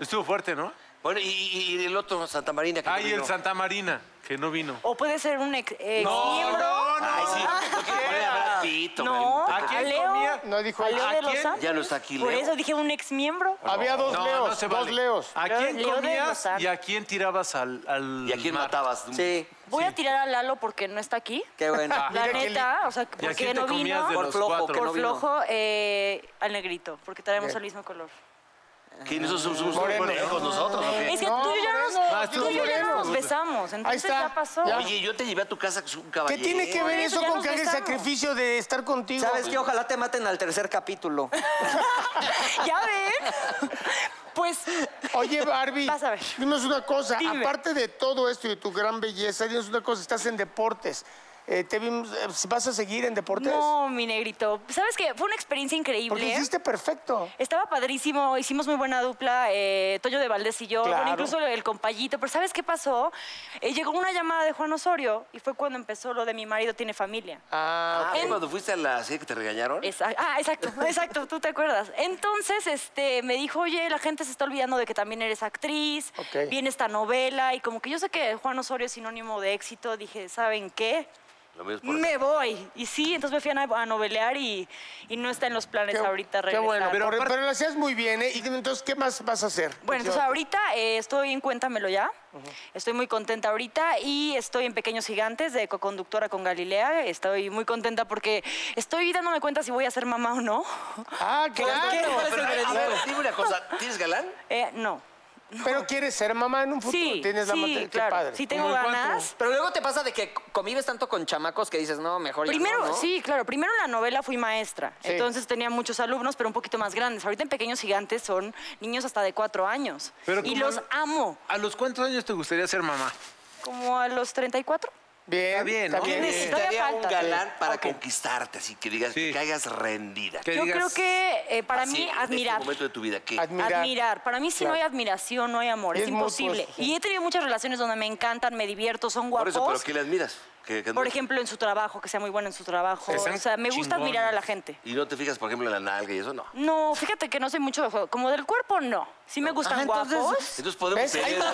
Speaker 1: Estuvo fuerte, ¿no?
Speaker 2: Bueno, y, y- y el otro Santa Marina que no
Speaker 1: Ah, y el
Speaker 2: vino.
Speaker 1: Santa Marina, que no vino.
Speaker 6: que. O puede ser un ex, ex miembro.
Speaker 1: no, no.
Speaker 2: Ay, sí. No quiero poner a Brad Pitt, hombre.
Speaker 6: No, pues,
Speaker 1: ¿A quién
Speaker 6: a Leo.
Speaker 1: comía?
Speaker 3: No dijo
Speaker 6: ¿A Leo
Speaker 1: ¿A
Speaker 6: de los
Speaker 1: quién?
Speaker 6: Ángeles.
Speaker 2: Ya no está aquí,
Speaker 6: Por
Speaker 2: Leo.
Speaker 6: eso dije un ex miembro.
Speaker 3: Había dos
Speaker 1: No,
Speaker 3: leos.
Speaker 1: no se
Speaker 3: dos
Speaker 1: vale.
Speaker 3: leos.
Speaker 1: ¿A quién
Speaker 6: Leo de
Speaker 1: comías
Speaker 6: Lozán.
Speaker 1: y a quién tirabas al, al
Speaker 2: ¿Y a quién
Speaker 1: mar?
Speaker 2: matabas?
Speaker 4: Sí,
Speaker 6: Voy a tirar a Lalo porque no está aquí.
Speaker 4: qué bueno.
Speaker 1: Ah,
Speaker 6: La
Speaker 3: Mira que
Speaker 6: neta, o sea,
Speaker 1: ¿Y a
Speaker 6: ¿por qué
Speaker 1: quién
Speaker 6: no
Speaker 1: te comías
Speaker 6: vino?
Speaker 1: de
Speaker 4: Por
Speaker 1: los
Speaker 4: flojo,
Speaker 1: cuatro?
Speaker 4: que
Speaker 6: Por
Speaker 4: no vino?
Speaker 6: flojo eh, al negrito, porque traemos el mismo color.
Speaker 2: Que nosotros somos unos
Speaker 3: Moreno.
Speaker 2: conejos nosotros, ¿o qué?
Speaker 6: Es que
Speaker 3: No,
Speaker 6: tú y yo ya nos,
Speaker 3: Moreno,
Speaker 1: tú
Speaker 6: tú y yo ya
Speaker 3: Moreno.
Speaker 6: nos besamos, entonces
Speaker 3: está,
Speaker 6: ya pasó.
Speaker 3: ya.
Speaker 2: Oye, yo te llevé a tu casa con un caballero.
Speaker 3: ¿Qué tiene que ver
Speaker 6: Por eso
Speaker 3: eso
Speaker 6: ya
Speaker 3: con
Speaker 6: nos
Speaker 3: que haga el
Speaker 6: besamos.
Speaker 3: sacrificio de estar contigo?
Speaker 4: ¿Sabes qué? Ojalá te maten al tercer capítulo.
Speaker 6: ¿Ya ven? Pues
Speaker 3: Oye, Barbie,
Speaker 6: Vas a ver.
Speaker 3: dinos una cosa.
Speaker 6: Dime.
Speaker 3: Aparte de todo esto y de tu gran belleza, dinos una cosa. Estás en deportes. Eh, te vimos- eh, ¿Vas a seguir en deportes?
Speaker 6: No, mi negrito. ¿Sabes qué? Fue una experiencia
Speaker 3: Porque
Speaker 6: increíble.
Speaker 3: hiciste perfecto.
Speaker 6: Estaba padrísimo, hicimos muy buena dupla, eh, Toño de Valdés y yo, bueno,
Speaker 3: Claro.
Speaker 6: incluso el compayito, pero ¿sabes qué pasó? Eh, llegó una llamada de Juan Osorio y fue cuando empezó lo de mi marido tiene familia.
Speaker 2: Ah, ¿fue
Speaker 6: En-
Speaker 2: cuando fuiste a la serie que te regañaron?
Speaker 6: Esa- ah, exacto, exacto, tú te acuerdas. Entonces, este, me dijo, oye, la gente se está olvidando de que también eres actriz,
Speaker 3: Ok.
Speaker 6: viene esta novela, y como que yo sé que Juan Osorio es sinónimo de éxito, dije, ¿saben qué?
Speaker 2: Lo
Speaker 3: Pues
Speaker 2: mismo por
Speaker 6: Me voy. Y sí, entonces me fui a, na- a novelear y, y no está en los planes Pues ahorita
Speaker 3: Qué
Speaker 6: regresar.
Speaker 3: bueno, pero,
Speaker 6: Por-
Speaker 3: pero lo hacías muy bien, ¿eh? Y dime, entonces, ¿qué más vas a hacer?
Speaker 6: Bueno, entonces ahorita eh, estoy en Cuéntamelo ya. Estoy muy contenta ahorita y estoy en Pequeños Gigantes de coconductora con Galilea. Estoy muy contenta porque estoy dándome cuenta si voy a ser mamá o no.
Speaker 3: Ah, claro.
Speaker 2: ¿Qué?
Speaker 4: ¿Cuál es el
Speaker 2: Pero, a
Speaker 4: veredicto?
Speaker 2: ver, dime una cosa, ¿tienes galán?
Speaker 6: Eh, no.
Speaker 3: Pero quieres ser mamá en un futuro.
Speaker 6: Sí,
Speaker 3: Tienes la
Speaker 6: sí,
Speaker 3: materia.
Speaker 6: claro.
Speaker 3: Qué padre.
Speaker 6: Sí tengo
Speaker 1: ¿Cómo en cuánto?
Speaker 6: ganas.
Speaker 4: Pero luego te pasa de que convives tanto con chamacos que dices, no, mejor ya
Speaker 6: Primero,
Speaker 4: no, ¿no?
Speaker 6: sí, claro. Primero en la novela fui maestra.
Speaker 3: Sí.
Speaker 6: Entonces tenía muchos alumnos, pero un poquito más grandes. Ahorita en Pequeños Gigantes son niños hasta de cuatro años.
Speaker 1: Pero
Speaker 6: y
Speaker 1: como-
Speaker 6: los amo.
Speaker 1: ¿A los cuántos años te gustaría ser mamá?
Speaker 6: Como a los 34.
Speaker 3: Bien.
Speaker 1: Está bien, ¿no?
Speaker 6: ¿Quién
Speaker 1: Bien.
Speaker 6: es?
Speaker 2: Te haría
Speaker 6: falta.
Speaker 2: un galán para
Speaker 6: Ok.
Speaker 2: conquistarte, así que digas
Speaker 1: Sí.
Speaker 2: que caigas rendida.
Speaker 1: Que
Speaker 6: Yo creo
Speaker 1: digas-
Speaker 6: que eh, para
Speaker 2: Así,
Speaker 6: mí admirar.
Speaker 2: En este momento de tu vida, ¿qué?
Speaker 3: Admirar.
Speaker 6: Para mí, si
Speaker 3: Claro.
Speaker 6: no hay admiración, no hay amor.
Speaker 3: Y
Speaker 6: Es,
Speaker 3: es
Speaker 6: imposible.
Speaker 3: mutuo, sí.
Speaker 6: Y he tenido muchas relaciones donde me encantan, me divierto,
Speaker 2: Por
Speaker 6: son guapos.
Speaker 2: eso, ¿pero qué le admiras? ¿Qué- qué
Speaker 6: Por
Speaker 2: admiras?
Speaker 6: ejemplo, en su trabajo, que sea muy bueno en su trabajo.
Speaker 1: Que sean
Speaker 6: O sea, me gusta
Speaker 1: chingones.
Speaker 6: admirar a la gente.
Speaker 2: ¿Y no te fijas, por ejemplo, en la nalga y eso? No.
Speaker 6: No, fíjate que no soy mucho de juego. Como del cuerpo, no. Sí
Speaker 3: Ah,
Speaker 6: me gustan guapos.
Speaker 2: Entonces podemos
Speaker 3: ¿Ves? Ahí
Speaker 2: tener...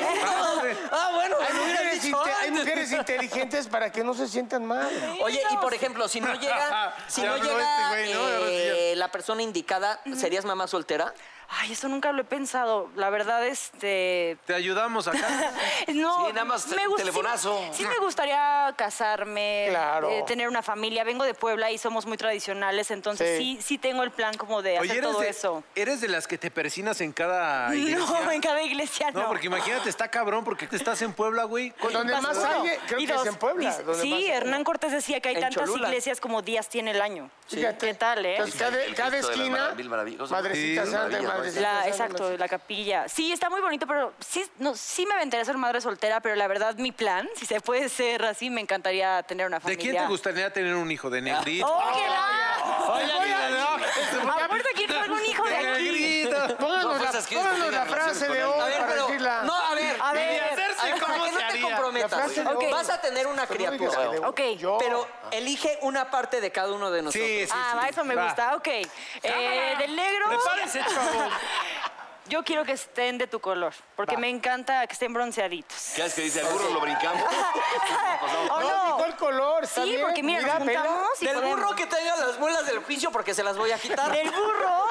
Speaker 4: Ah, bueno,
Speaker 3: Hay
Speaker 4: lo hubieras
Speaker 3: mujeres,
Speaker 4: dicho
Speaker 3: inte- hay
Speaker 4: antes.
Speaker 3: mujeres inteligentes para que no se sientan mal.
Speaker 4: Oye, y por ejemplo, si no llega, si
Speaker 1: Ya
Speaker 4: no
Speaker 1: habló
Speaker 4: llega
Speaker 1: este güey, ¿no? Ahora sí ya.
Speaker 4: eh, la persona indicada, ¿serías mamá soltera?
Speaker 6: Ay, eso nunca lo he pensado. La verdad, este.
Speaker 1: Te ayudamos acá.
Speaker 6: No,
Speaker 2: Sí, nada más
Speaker 6: me gusta-
Speaker 2: telefonazo.
Speaker 6: Sí, sí me gustaría casarme,
Speaker 3: Claro.
Speaker 6: eh, tener una familia. Vengo de Puebla y somos muy tradicionales, entonces
Speaker 3: Sí.
Speaker 6: sí, sí, tengo el plan como de hacer todo
Speaker 1: de,
Speaker 6: eso.
Speaker 1: eres de las que te persinas en cada iglesia.
Speaker 6: No, en cada iglesia no.
Speaker 1: No, porque imagínate, está cabrón, porque estás en Puebla, güey.
Speaker 3: Donde más
Speaker 6: Pasado.
Speaker 3: hay, eh, creo
Speaker 6: Y
Speaker 3: que es
Speaker 6: dos,
Speaker 3: en Puebla.
Speaker 6: dis-
Speaker 3: donde
Speaker 6: Sí,
Speaker 3: más hay.
Speaker 6: Hernán Cortés decía que hay
Speaker 4: En
Speaker 6: tantas
Speaker 4: Cholula.
Speaker 6: iglesias como días tiene el año.
Speaker 3: Fíjate.
Speaker 6: ¿Qué tal, eh?
Speaker 3: Entonces, cada,
Speaker 2: El
Speaker 3: cada
Speaker 2: Cristo de las
Speaker 3: esquina,
Speaker 2: mil maravillas.
Speaker 3: madrecita
Speaker 1: Sí,
Speaker 3: santa,
Speaker 2: maravillas,
Speaker 3: madrecita
Speaker 6: La,
Speaker 3: santa.
Speaker 6: exacto, la capilla. Sí, está muy bonito, pero sí, no, sí me aventaría a ser madre soltera, pero la verdad, mi plan, si se puede ser así, me encantaría tener una
Speaker 1: ¿De
Speaker 6: familia.
Speaker 1: quién te gustaría tener un hijo? ¿De Negrito?
Speaker 6: ¡Oh, qué la!
Speaker 1: Oye, este
Speaker 6: A fuerza quiero tener un hijo de
Speaker 1: ¡De
Speaker 6: aquí.
Speaker 1: pues, Negrito!
Speaker 3: Pónganos,
Speaker 2: No,
Speaker 3: la,
Speaker 2: fuerzas, ¿quieres que
Speaker 3: pónganos
Speaker 2: tenga
Speaker 3: la
Speaker 2: relaciones
Speaker 3: frase
Speaker 2: con
Speaker 3: de
Speaker 2: él?
Speaker 3: hoy
Speaker 4: A ver,
Speaker 3: para
Speaker 4: pero.
Speaker 3: decirla.
Speaker 4: No, a ver.
Speaker 6: A ver.
Speaker 4: a ver, para que no te
Speaker 3: La
Speaker 4: comprometas.
Speaker 3: frase de
Speaker 6: Ok. hoy.
Speaker 4: Vas a tener una
Speaker 3: No digas que
Speaker 4: criatura.
Speaker 3: de-
Speaker 6: Ok.
Speaker 3: yo.
Speaker 4: Pero elige una parte de cada uno de nosotros.
Speaker 1: Sí, sí, sí.
Speaker 6: Ah, va, eso me
Speaker 1: Va.
Speaker 6: gusta, ok. Eh, del negro.
Speaker 1: Prepárense, chavos.
Speaker 6: Yo quiero que estén de tu color, porque me encanta que estén bronceaditos.
Speaker 2: ¿Qué haces que dice? ¿Al burro lo brincamos?
Speaker 3: No,
Speaker 6: ¿O no?
Speaker 3: dijo el color, está
Speaker 6: Sí,
Speaker 3: bien.
Speaker 6: porque mira, nos
Speaker 3: vela.
Speaker 6: juntamos y
Speaker 4: Del
Speaker 6: podemos-
Speaker 4: burro que tenga las muelas del juicio porque se las voy a quitar.
Speaker 6: Del burro.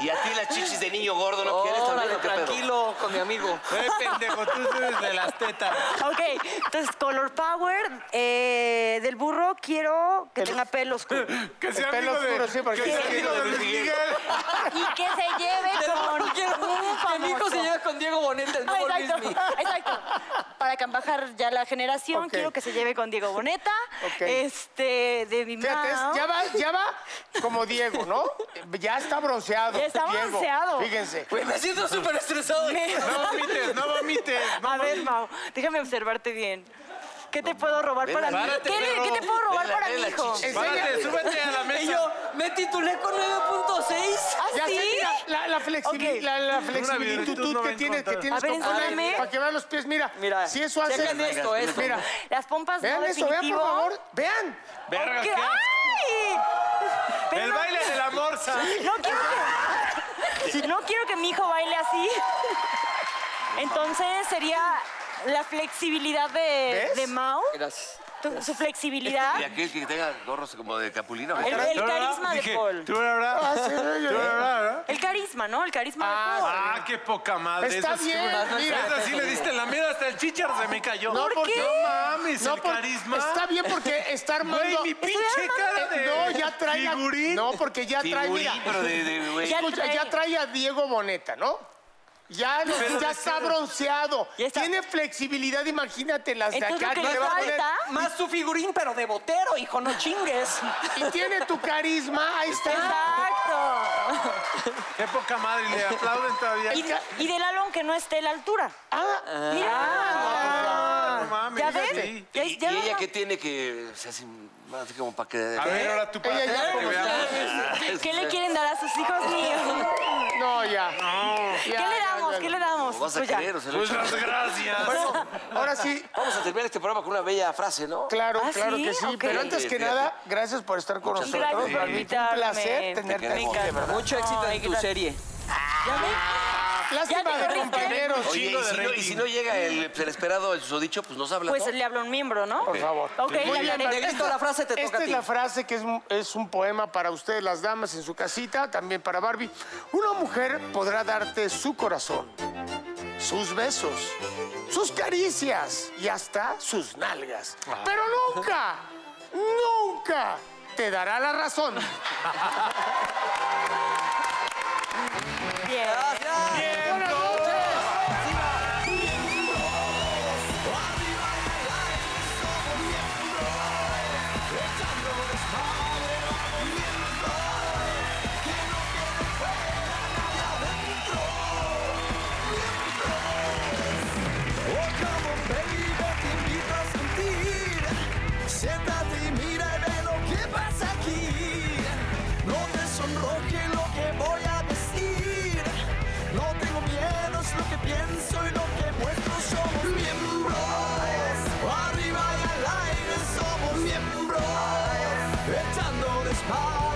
Speaker 2: ¿Y a ti las chichis de niño gordo no quieres también?
Speaker 4: Órale,
Speaker 2: o qué pedo?
Speaker 4: tranquilo con mi amigo.
Speaker 1: Eh, pendejo, tú eres de las tetas.
Speaker 6: Ok, entonces color power. eh, del burro quiero que tenga pelo oscuro.
Speaker 1: Que sea
Speaker 3: El pelo
Speaker 1: amigo de...
Speaker 3: oscuro, sí, porque
Speaker 1: que sea
Speaker 3: sí.
Speaker 1: amigo de Luis Miguel.
Speaker 6: Y que se lleve
Speaker 4: Del burro
Speaker 6: con
Speaker 4: quiero
Speaker 6: un
Speaker 4: que mi hijo
Speaker 6: famoso.
Speaker 4: se lleve con Diego Boneta, el
Speaker 6: Ah,
Speaker 4: nuevo Luis
Speaker 6: exacto,
Speaker 4: Miguel.
Speaker 6: exacto. Para cambajar ya la generación,
Speaker 3: Ok.
Speaker 6: quiero que se lleve con Diego Boneta.
Speaker 3: Ok.
Speaker 6: Este, de mi
Speaker 3: Fíjate, es-
Speaker 6: mao.
Speaker 3: ya va, ya va como Diego, ¿no? Ya está bronceado.
Speaker 6: Ya está
Speaker 3: Diego.
Speaker 6: bronceado.
Speaker 3: Fíjense.
Speaker 4: Güey, me siento súper estresado.
Speaker 1: No vomites, no vomites. no
Speaker 6: A ver, Mau, déjame observarte bien. ¿Qué te puedo robar para mí?
Speaker 1: párate,
Speaker 6: ¿Qué, le-
Speaker 1: perro.
Speaker 6: qué te puedo robar
Speaker 2: Vela,
Speaker 6: para
Speaker 2: vela,
Speaker 6: mi hijo?
Speaker 2: chichis.
Speaker 1: Párate, súbete a la
Speaker 4: Y
Speaker 1: mesa.
Speaker 4: yo me titulé con 9.6.
Speaker 6: ¿Ah,
Speaker 3: Ya
Speaker 6: sí?
Speaker 3: sé, mira, la, la flexibil-
Speaker 6: Ok.
Speaker 3: la- la
Speaker 1: virtud
Speaker 3: flexibilitud
Speaker 1: no va
Speaker 3: que,
Speaker 1: a
Speaker 3: tienes, que
Speaker 1: encontrar.
Speaker 3: tienes
Speaker 6: A ver,
Speaker 3: que poner
Speaker 6: enséñame.
Speaker 3: para que vean los pies. Mira,
Speaker 4: Mira,
Speaker 3: si eso hace...
Speaker 4: chequen esto, esto.
Speaker 3: Mira,
Speaker 6: Las pompas
Speaker 3: vean
Speaker 6: no
Speaker 3: eso, vean por
Speaker 6: definitivo.
Speaker 3: favor. Vean.
Speaker 1: Verga,
Speaker 6: Ok,
Speaker 1: ¿qué haces?
Speaker 6: ¡Ay! Pero
Speaker 1: El
Speaker 6: no-
Speaker 1: baile de la morsa.
Speaker 6: No quiero, que, no quiero que mi hijo baile así. Entonces sería la flexibilidad de,
Speaker 3: ¿Ves?
Speaker 6: de Mau,
Speaker 4: Gracias.
Speaker 6: tu- su flexibilidad,
Speaker 2: ¿Y aquel que tenga gorros como de capulina?
Speaker 6: el, el carisma de
Speaker 1: Dije,
Speaker 6: Paul.
Speaker 1: Tú, la
Speaker 6: Ah,
Speaker 1: verdad. Tú, la verdad.
Speaker 6: El carisma, ¿no? El carisma de Paul.
Speaker 1: Ah, qué poca madre.
Speaker 3: Está
Speaker 1: Esa sí,
Speaker 3: bien,
Speaker 1: esa
Speaker 3: mira.
Speaker 1: sí le diste en la mierda, hasta el chichar se me cayó.
Speaker 3: No, ¿Por porque- qué?
Speaker 1: No mames, el
Speaker 3: por-
Speaker 1: carisma.
Speaker 3: Está bien porque está
Speaker 1: Güey,
Speaker 3: armando... eh,
Speaker 1: mi pinche cara de
Speaker 3: no, ya trae... a-
Speaker 1: figurín.
Speaker 3: No, porque ya trae...
Speaker 2: Figurín,
Speaker 3: Mira,
Speaker 2: pero de, de, güey.
Speaker 6: Ya
Speaker 3: Escucha,
Speaker 6: trae.
Speaker 3: ya trae a Diego Boneta, ¿no? Ya, lo-
Speaker 1: Pero
Speaker 3: ya
Speaker 1: de
Speaker 3: está
Speaker 1: cero.
Speaker 3: bronceado.
Speaker 6: Ya está.
Speaker 3: Tiene flexibilidad, imagínate las de
Speaker 6: Entonces
Speaker 3: acá
Speaker 6: lo
Speaker 3: que
Speaker 6: que
Speaker 3: le
Speaker 6: le
Speaker 3: va a poner.
Speaker 6: falta...
Speaker 4: Más tu figurín, pero de botero, hijo, no chingues.
Speaker 3: Y tiene tu carisma, ahí está.
Speaker 6: Exacto.
Speaker 1: Qué poca madre, le aplauden todavía. Ah.
Speaker 6: Y, y del Lalo aunque no esté a la altura.
Speaker 3: Ah,
Speaker 6: Mira.
Speaker 1: no mames.
Speaker 6: ¿Ya
Speaker 1: fíjate.
Speaker 6: ven? Ya-
Speaker 2: ¿Y,
Speaker 6: Pues ya
Speaker 2: y
Speaker 6: no-
Speaker 2: ella que tiene que se hace más como para que...
Speaker 1: A ver, ahora tú para
Speaker 3: Ella ya como
Speaker 6: ¿Qué le quieren dar a sus hijos míos?
Speaker 3: No, ya.
Speaker 6: ¿Qué le damos? ¿Qué le damos?
Speaker 2: ¿O vas a
Speaker 6: Pues ya.
Speaker 2: querer? O sea,
Speaker 1: Muchas gracias.
Speaker 3: Bueno, ahora sí,
Speaker 2: Vamos a terminar este programa con una bella frase, ¿no?
Speaker 3: Claro,
Speaker 6: ¿Ah,
Speaker 3: claro
Speaker 6: sí?
Speaker 3: que sí.
Speaker 6: Ok.
Speaker 3: Pero antes que
Speaker 2: Fíjate.
Speaker 3: nada, gracias por estar con
Speaker 6: Gracias
Speaker 3: nosotros.
Speaker 6: por
Speaker 3: Para mí fue
Speaker 6: invitarme.
Speaker 3: Un placer
Speaker 6: Te
Speaker 3: tenerte aquí,
Speaker 2: queremos.
Speaker 3: de verdad.
Speaker 4: Mucho éxito en tu serie.
Speaker 3: Lástima de
Speaker 6: Ya te corrijo, ¿eh?
Speaker 3: compañeros,
Speaker 1: Oye,
Speaker 2: Oye,
Speaker 1: Chingo de
Speaker 2: y si, no, y
Speaker 1: rating.
Speaker 2: si no llega el, el esperado, el susodicho, pues nos habla,
Speaker 6: Pues
Speaker 2: ¿no?
Speaker 6: le habla un miembro, ¿no?
Speaker 3: por favor.
Speaker 6: Ok, le hablaré.
Speaker 4: Negrito, la frase te toca
Speaker 3: Esta
Speaker 4: a
Speaker 3: es
Speaker 4: ti.
Speaker 3: la frase que es un, es un poema para ustedes, las damas, en su casita, también para Barbie. Una mujer podrá darte su corazón, sus besos, sus caricias y hasta sus nalgas. Pero nunca, nunca te dará la razón.
Speaker 6: Bien.
Speaker 3: Buenas noches.
Speaker 7: Siéntate y mira y ve lo que pasa aquí. No te sonroje lo que voy a decir. No tengo miedo, es lo que pienso y lo que muestro. Somos miembros. Arriba y al aire somos miembros. Echando de espaldas.